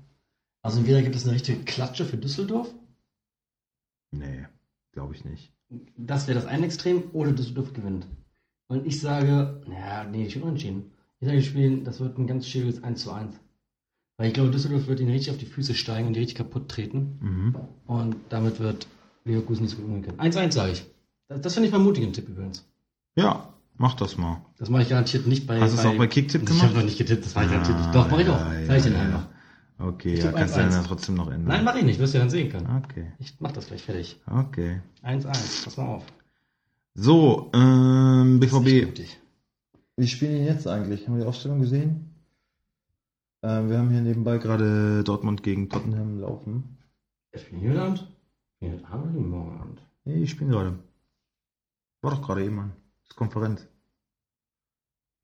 Also entweder gibt es eine richtige Klatsche für Düsseldorf, Nee, glaube ich nicht. das wäre das eine Extrem, oder Düsseldorf gewinnt. Und ich sage, naja, nee, ich bin unentschieden. Ich sage, wir spielen, das wird ein ganz schwieriges 1 zu 1. Weil ich glaube, Düsseldorf wird ihnen richtig auf die Füße steigen und die richtig kaputt treten. Mhm. Und damit wird Leverkusen nicht so gut umgehen können. 1 zu 1 sage ich. Das, das finde ich mal einen mutigen Tipp übrigens. Ja, mach das mal. Das mache ich garantiert nicht bei. Hast du es auch bei Kicktipp Ich habe gemacht? noch nicht getippt, das mache ich garantiert Ah, nicht. Doch, mache ich doch. ja, Sag ich ja, dir ja. einfach. Okay, Ich ja, tippe kannst du ja 1-1. dann trotzdem noch ändern. Nein, mache ich nicht, wirst du ja dann sehen können. Okay, Ich mach das gleich fertig. okay. 1-1, pass mal auf. So, ähm, BVB. Richtig. Wie spielen die jetzt eigentlich? Haben wir die Aufstellung gesehen? Ähm, wir haben hier nebenbei gerade Dortmund gegen Tottenham laufen. Ich bin heute Abend. Ich bin heute Abend oder morgen Abend? Nee, ich spielen gerade. War doch gerade eben an. Das ist Konferenz.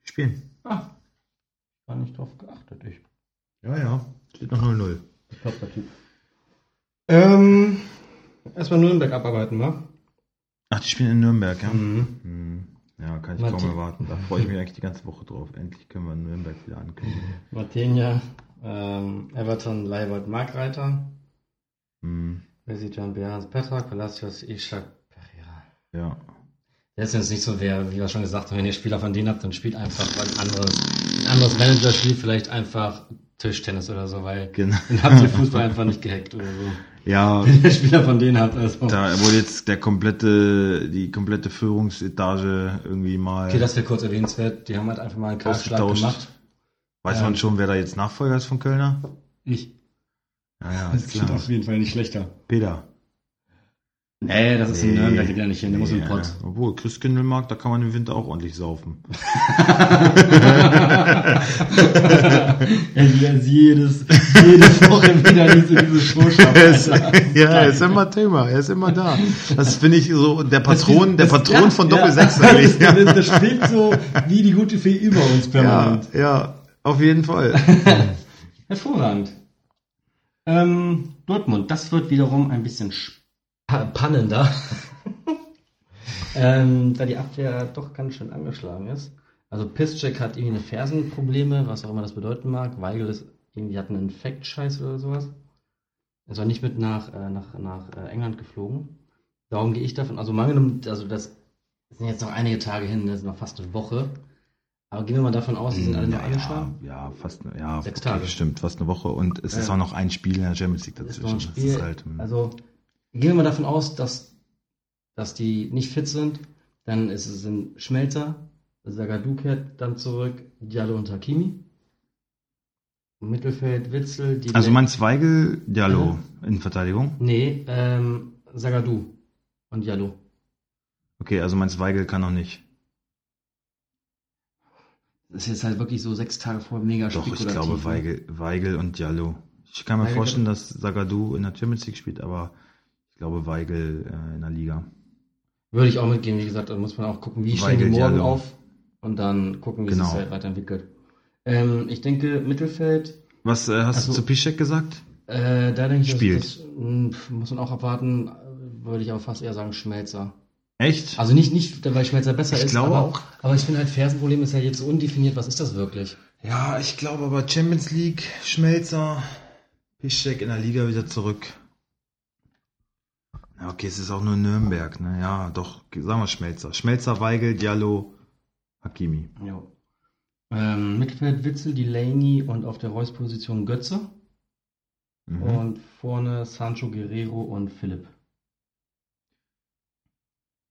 Die Spielen. Ah, gar nicht drauf geachtet. Ich Ja, ja. Steht noch 0-0. bekloppter Typ. Ähm, erstmal Nürnberg abarbeiten, wa? Ach, die spielen in Nürnberg, ja? Mhm. Hm. Ja, kann ich Martin- kaum erwarten. Da freue ich mich eigentlich die ganze Woche drauf. Endlich können wir Nürnberg wieder ankündigen. Martinia, ähm, Everton, Leibold, Markreiter, Hm. Residian, Behrens, Petrak, Palacios, Ishak, Pereira. Ja. Jetzt ist es nicht so, wer, wie wir schon gesagt haben, wenn ihr Spieler von denen habt, dann spielt einfach weil ein anderes, ein anderes Manager spielt vielleicht einfach Tischtennis oder so, weil Genau. dann habt ihr Fußball einfach nicht gehackt oder so. Ja, Wenn ihr Spieler von denen habt, erstmal. da wurde jetzt der komplette, die komplette Führungsetage irgendwie mal Okay, das wäre kurz erwähnenswert. Die haben halt einfach mal einen Kahlschlag Ausgetauscht. gemacht. Weiß ja. man schon, wer da jetzt Nachfolger ist von Kölner? Ich. Ja, ja, Das ist klingt klar. auf jeden Fall nicht schlechter. Peter. Nee, das ist Nee. ein Nürnberg, der geht ja nicht hin. Der muss in den Ja, Pott. Obwohl, Chris Kindelmark, da kann man im Winter auch ordentlich saufen. Er ist jedes, jedes Woche wieder diese, diese Showschaft. Er ist, Alter. ja, er ist immer Thema, er ist immer da. Das finde ich so, der Patron, der Das- Patron ja, von ja. Doppelsechs Das, eigentlich. Ja. das, das schwebt so wie die gute Fee über uns Ja, permanent. ja, auf jeden Fall. Hervorragend. Ähm, Dortmund, das wird wiederum ein bisschen sp- pa- pannender. ähm, da die Abwehr doch ganz schön angeschlagen ist. Also Piszczek hat irgendwie eine Fersenprobleme, was auch immer das bedeuten mag. Weigel ist irgendwie hat einen Infekt-Scheiß oder sowas. Ist auch nicht mit nach, äh, nach, nach äh, England geflogen. Darum gehe ich davon. Also mangelnd, also das sind jetzt noch einige Tage hin, das ist noch fast eine Woche. Aber gehen wir mal davon aus, die sind alle noch ja, angeschlagen. ja, fast, ja, Sechs Tage. Stimmt, fast eine Woche. Und es ist Ja. auch noch ein Spiel in der Champions League ist dazwischen. noch ein Das Spiel. ist halt, hm. also gehen wir mal davon aus, dass, dass die nicht fit sind. Dann ist es ein Schmelzer, Sagadu kehrt dann zurück, Diallo und Hakimi. Im Mittelfeld Witzel, die also mein Zweigel, Diallo in Verteidigung. Nee, ähm, Sagadu und Diallo. Okay, also mein Zweigel kann noch nicht. Das ist jetzt halt wirklich so sechs Tage vor mega Doch, ich spekulativ, ne? glaube Weigel, Weigel und Diallo. Ich kann mir Weigel- vorstellen, dass Sagadu in der Champions League spielt, aber ich glaube Weigel äh, in der Liga. Würde ich auch mitgehen, wie gesagt, da muss man auch gucken, wie stehen die Weigel, morgen Diallo. auf. und dann gucken, wie Genau. sich halt weiterentwickelt. Ähm, ich denke, Mittelfeld, Was äh, hast Also- du zu Pischek gesagt? äh, da denke ich, dass- Spielt. Das, mh, pf, muss man auch abwarten, äh, würde ich auch fast eher sagen, Schmelzer. Echt? Also nicht, nicht weil Schmelzer besser Ich ist, glaube aber, auch. aber ich finde halt, Fersenproblem ist halt jetzt so undefiniert, was ist das wirklich? ja, ich glaube aber Champions League, Schmelzer, Pischek in der Liga wieder zurück. Ja, okay, es ist auch nur Nürnberg, ne? Ja, doch, sagen wir Schmelzer. Schmelzer, Weigel, Diallo, Hakimi. Ja. Ähm, Mittelfeld Witzel, Delaney und auf der Reus-Position Götze Mhm. und vorne Sancho, Guerrero und Philipp.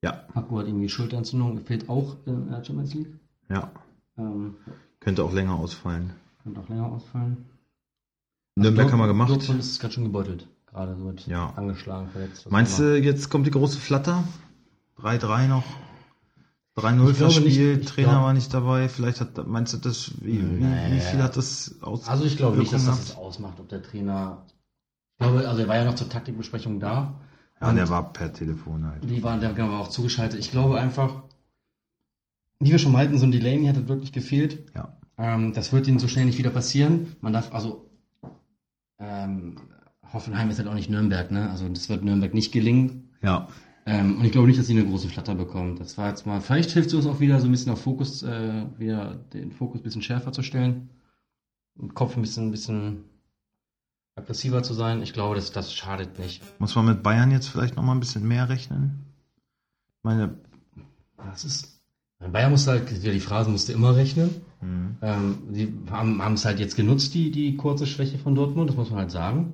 Ja, Paco hat irgendwie Schulterentzündung, fehlt auch in der Champions League. ja. Ähm, Könnte auch länger ausfallen. könnte auch länger ausfallen. Nürnberg haben wir gemacht. Dortmund ist gerade schon gebeutelt. Gerade so mit Ja. angeschlagen, verletzt. was Meinst auch immer. du, jetzt kommt die große Flatter? 3-3 noch. 3-0 Ich glaube verspielt, nicht. Ich Trainer glaub- war nicht dabei. Vielleicht hat, meinst du das, wie, Nee. wie, wie viel hat das aus? Also ich glaube nicht, dass das gehabt? jetzt ausmacht, ob der Trainer... Ich glaube, also er war ja noch zur Taktikbesprechung da. Ja, der war per Telefon halt. Die waren, der war auch zugeschaltet. Ich glaube einfach, wie wir schon meinten, so ein Delaney hat das wirklich gefehlt. Ja. Ähm, das wird ihnen so schnell nicht wieder passieren. Man darf also ähm, Hoffenheim ist halt auch nicht Nürnberg, ne? Also das wird Nürnberg nicht gelingen. Ja. Ähm, und ich glaube nicht, dass sie eine große Flatter bekommen. Das war jetzt mal. Vielleicht hilft es uns auch wieder so ein bisschen auf Fokus, äh, wieder den Fokus ein bisschen schärfer zu stellen. Den Kopf ein bisschen, ein bisschen aggressiver zu sein. Ich glaube, das, das schadet nicht. Muss man mit Bayern jetzt vielleicht nochmal ein bisschen mehr rechnen? Ich meine, Das ist. Bayern musste halt, ja, die Phrasen musste immer rechnen. mh, Ähm, sie haben haben es halt jetzt genutzt, die, die kurze Schwäche von Dortmund, das muss man halt sagen.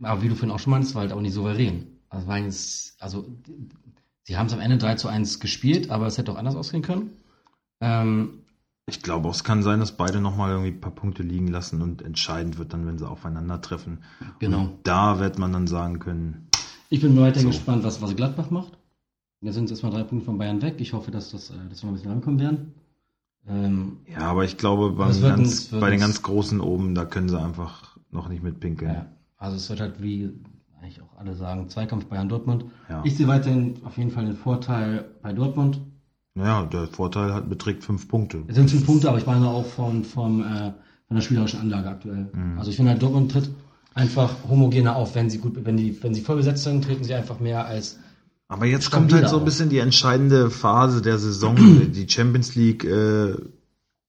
Aber wie du vorhin auch schon meinst, war halt auch nicht souverän. Also, war jetzt, also die- sie haben es am Ende 3 zu 1 gespielt, aber es hätte auch anders ausgehen können. Ähm, ich glaube auch, es kann sein, dass beide nochmal irgendwie ein paar Punkte liegen lassen und entscheidend wird dann, wenn sie aufeinandertreffen. genau. Und da wird man dann sagen können, Ich bin weiterhin So. gespannt, was, was Gladbach macht. Da sind es erstmal drei Punkte von Bayern weg. Ich hoffe, dass, das, äh, dass wir ein bisschen rankommen werden. Ähm, Ja, aber ich glaube, beim Das wird ganz, uns- wird bei den uns- ganz Großen oben, da können sie einfach noch nicht mitpinkeln. ja, also es wird halt, wie eigentlich auch alle sagen, Zweikampf Bayern-Dortmund. Ja, ja. Ich sehe weiterhin auf jeden Fall den Vorteil bei Dortmund. der Vorteil hat, beträgt fünf Punkte. Es sind fünf Punkte, aber ich meine auch von, vom, äh, von der spielerischen Anlage aktuell. Mhm. Also ich finde halt Dortmund tritt einfach homogener auf, wenn sie gut, wenn die, wenn sie voll besetzt sind, treten sie einfach mehr als Aber jetzt Stabiler kommt halt so ein auch. bisschen die entscheidende Phase der Saison. die Champions League äh,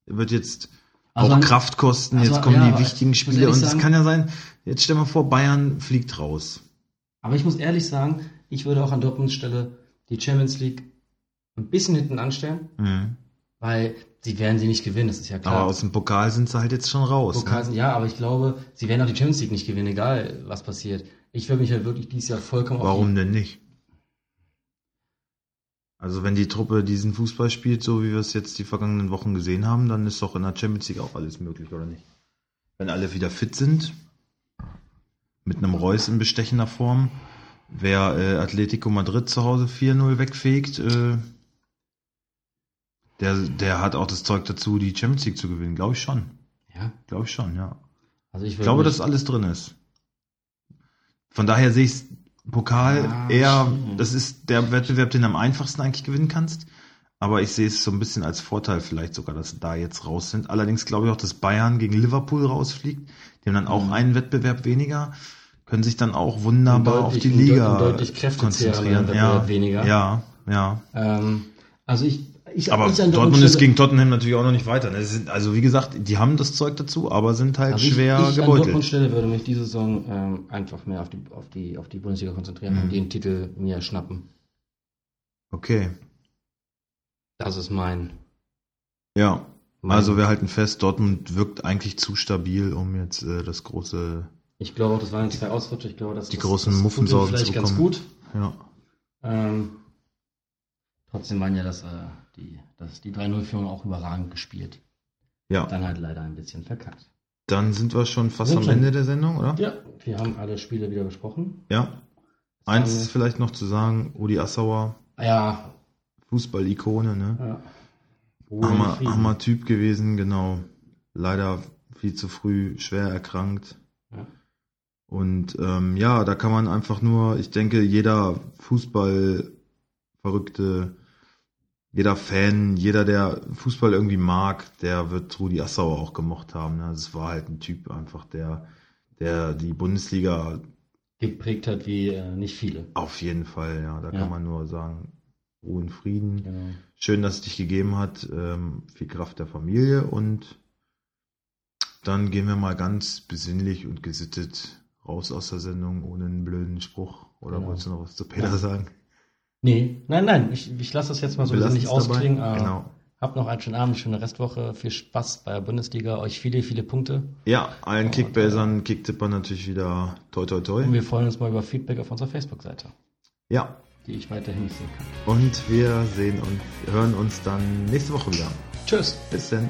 wird jetzt Also auch an- Kraft kosten. also, jetzt kommen ja, die aber wichtigen ich muss Spiele. ehrlich Und es sagen- kann ja sein, jetzt stell mal vor, Bayern fliegt raus. Aber ich muss ehrlich sagen, ich würde auch an Dortmunds Stelle die Champions League ein bisschen hinten anstellen, Mhm. weil sie werden sie nicht gewinnen, das ist ja klar. Aber aus dem Pokal sind sie halt jetzt schon raus. Pokal ne? sind, ja, aber ich glaube, sie werden auch die Champions League nicht gewinnen, egal was passiert. Ich würde mich halt wirklich dieses Jahr vollkommen Warum denn nicht? Also wenn die Truppe diesen Fußball spielt, so wie wir es jetzt die vergangenen Wochen gesehen haben, dann ist doch in der Champions League auch alles möglich, oder nicht? Wenn alle wieder fit sind, mit einem Reus in bestechender Form, wer äh, Atletico Madrid zu Hause 4-0 wegfegt, äh, der, der hat auch das Zeug dazu, die Champions League zu gewinnen, glaube ich schon. auf, ja, Glaube ich schon, ja. also ich, Ich glaube, würde dass alles drin ist. Von daher sehe ich Pokal Ah, eher, schwierig. das ist der Wettbewerb, den du am einfachsten eigentlich gewinnen kannst. Aber ich sehe es so ein bisschen als Vorteil vielleicht sogar, dass sie da jetzt raus sind. Allerdings glaube ich auch, dass Bayern gegen Liverpool rausfliegt. Die haben dann Mhm. auch einen Wettbewerb weniger, können sich dann auch wunderbar Und auf die deutlich- und deut- Liga und deutlich kräftezehrenden konzentrieren. Ja, Wettbewerb weniger. ja, ja. Ähm, also ich, ich Aber ich an Dortmund ist Stelle- gegen Tottenham natürlich auch noch nicht weiter. ne? Es sind- Also wie gesagt, die haben das Zeug dazu, aber sind halt Also schwer ich, ich An gebeutelt. Dortmunds Stelle würde mich diese Saison ähm, einfach mehr auf die, auf die, auf die Bundesliga konzentrieren Mhm. und den Titel mir schnappen. Okay, Das ist mein. ja. mein Also wir halten fest, Dortmund wirkt eigentlich zu stabil, um jetzt äh, das große. ich glaube, auch, das waren jetzt zwei Ausrutsche. Ich glaube, dass Die das, großen das tut Muffensausen ihnen vielleicht zu ganz bekommen. gut. Ja. Ähm, trotzdem waren ja das, äh, die, das, die 3-0-Führung auch überragend gespielt. Ja. Dann halt leider ein bisschen verkackt. Dann sind wir schon fast Sind am schon. Ende der Sendung, oder? Ja, wir haben alle Spiele wieder besprochen. Ja. Eins Dann- ist vielleicht noch zu sagen, Udi Assauer, Ja, Fußball-Ikone, ne? ja. Ruhe in Armer, Frieden. armer Typ gewesen, genau. Leider viel zu früh schwer erkrankt. Ja. Und ähm, ja, da kann man einfach nur, ich denke, jeder Fußball-Verrückte jeder Fan, jeder, der Fußball irgendwie mag, der wird Rudi Assauer auch gemocht haben. Ne? Das war halt ein Typ einfach, der, der die Bundesliga Geprägt hat wie äh, nicht viele. auf jeden Fall, ja, da Ja. kann man nur sagen, Ruhe in Frieden. Genau. Schön, dass es dich gegeben hat. Ähm, viel Kraft der Familie und dann gehen wir mal ganz besinnlich und gesittet raus aus der Sendung ohne einen blöden Spruch. Oder Genau. wolltest du noch was zu Peter Ja. sagen? Nee, nein, nein, ich, ich lasse das jetzt mal so ein bisschen Belassen nicht ah. es dabei. ausklingen. Aber Genau. Habt noch einen schönen Abend, schöne Restwoche, viel Spaß bei der Bundesliga, euch viele, viele Punkte. Ja, allen Und, Kickbasern, Kicktippern natürlich wieder toi toi toi. Oh, Und wir freuen uns mal über Feedback auf unserer Facebook-Seite, Ja, die ich weiterhin nicht sehen kann. und wir sehen und hören uns dann nächste Woche wieder. Tschüss! Bis dann.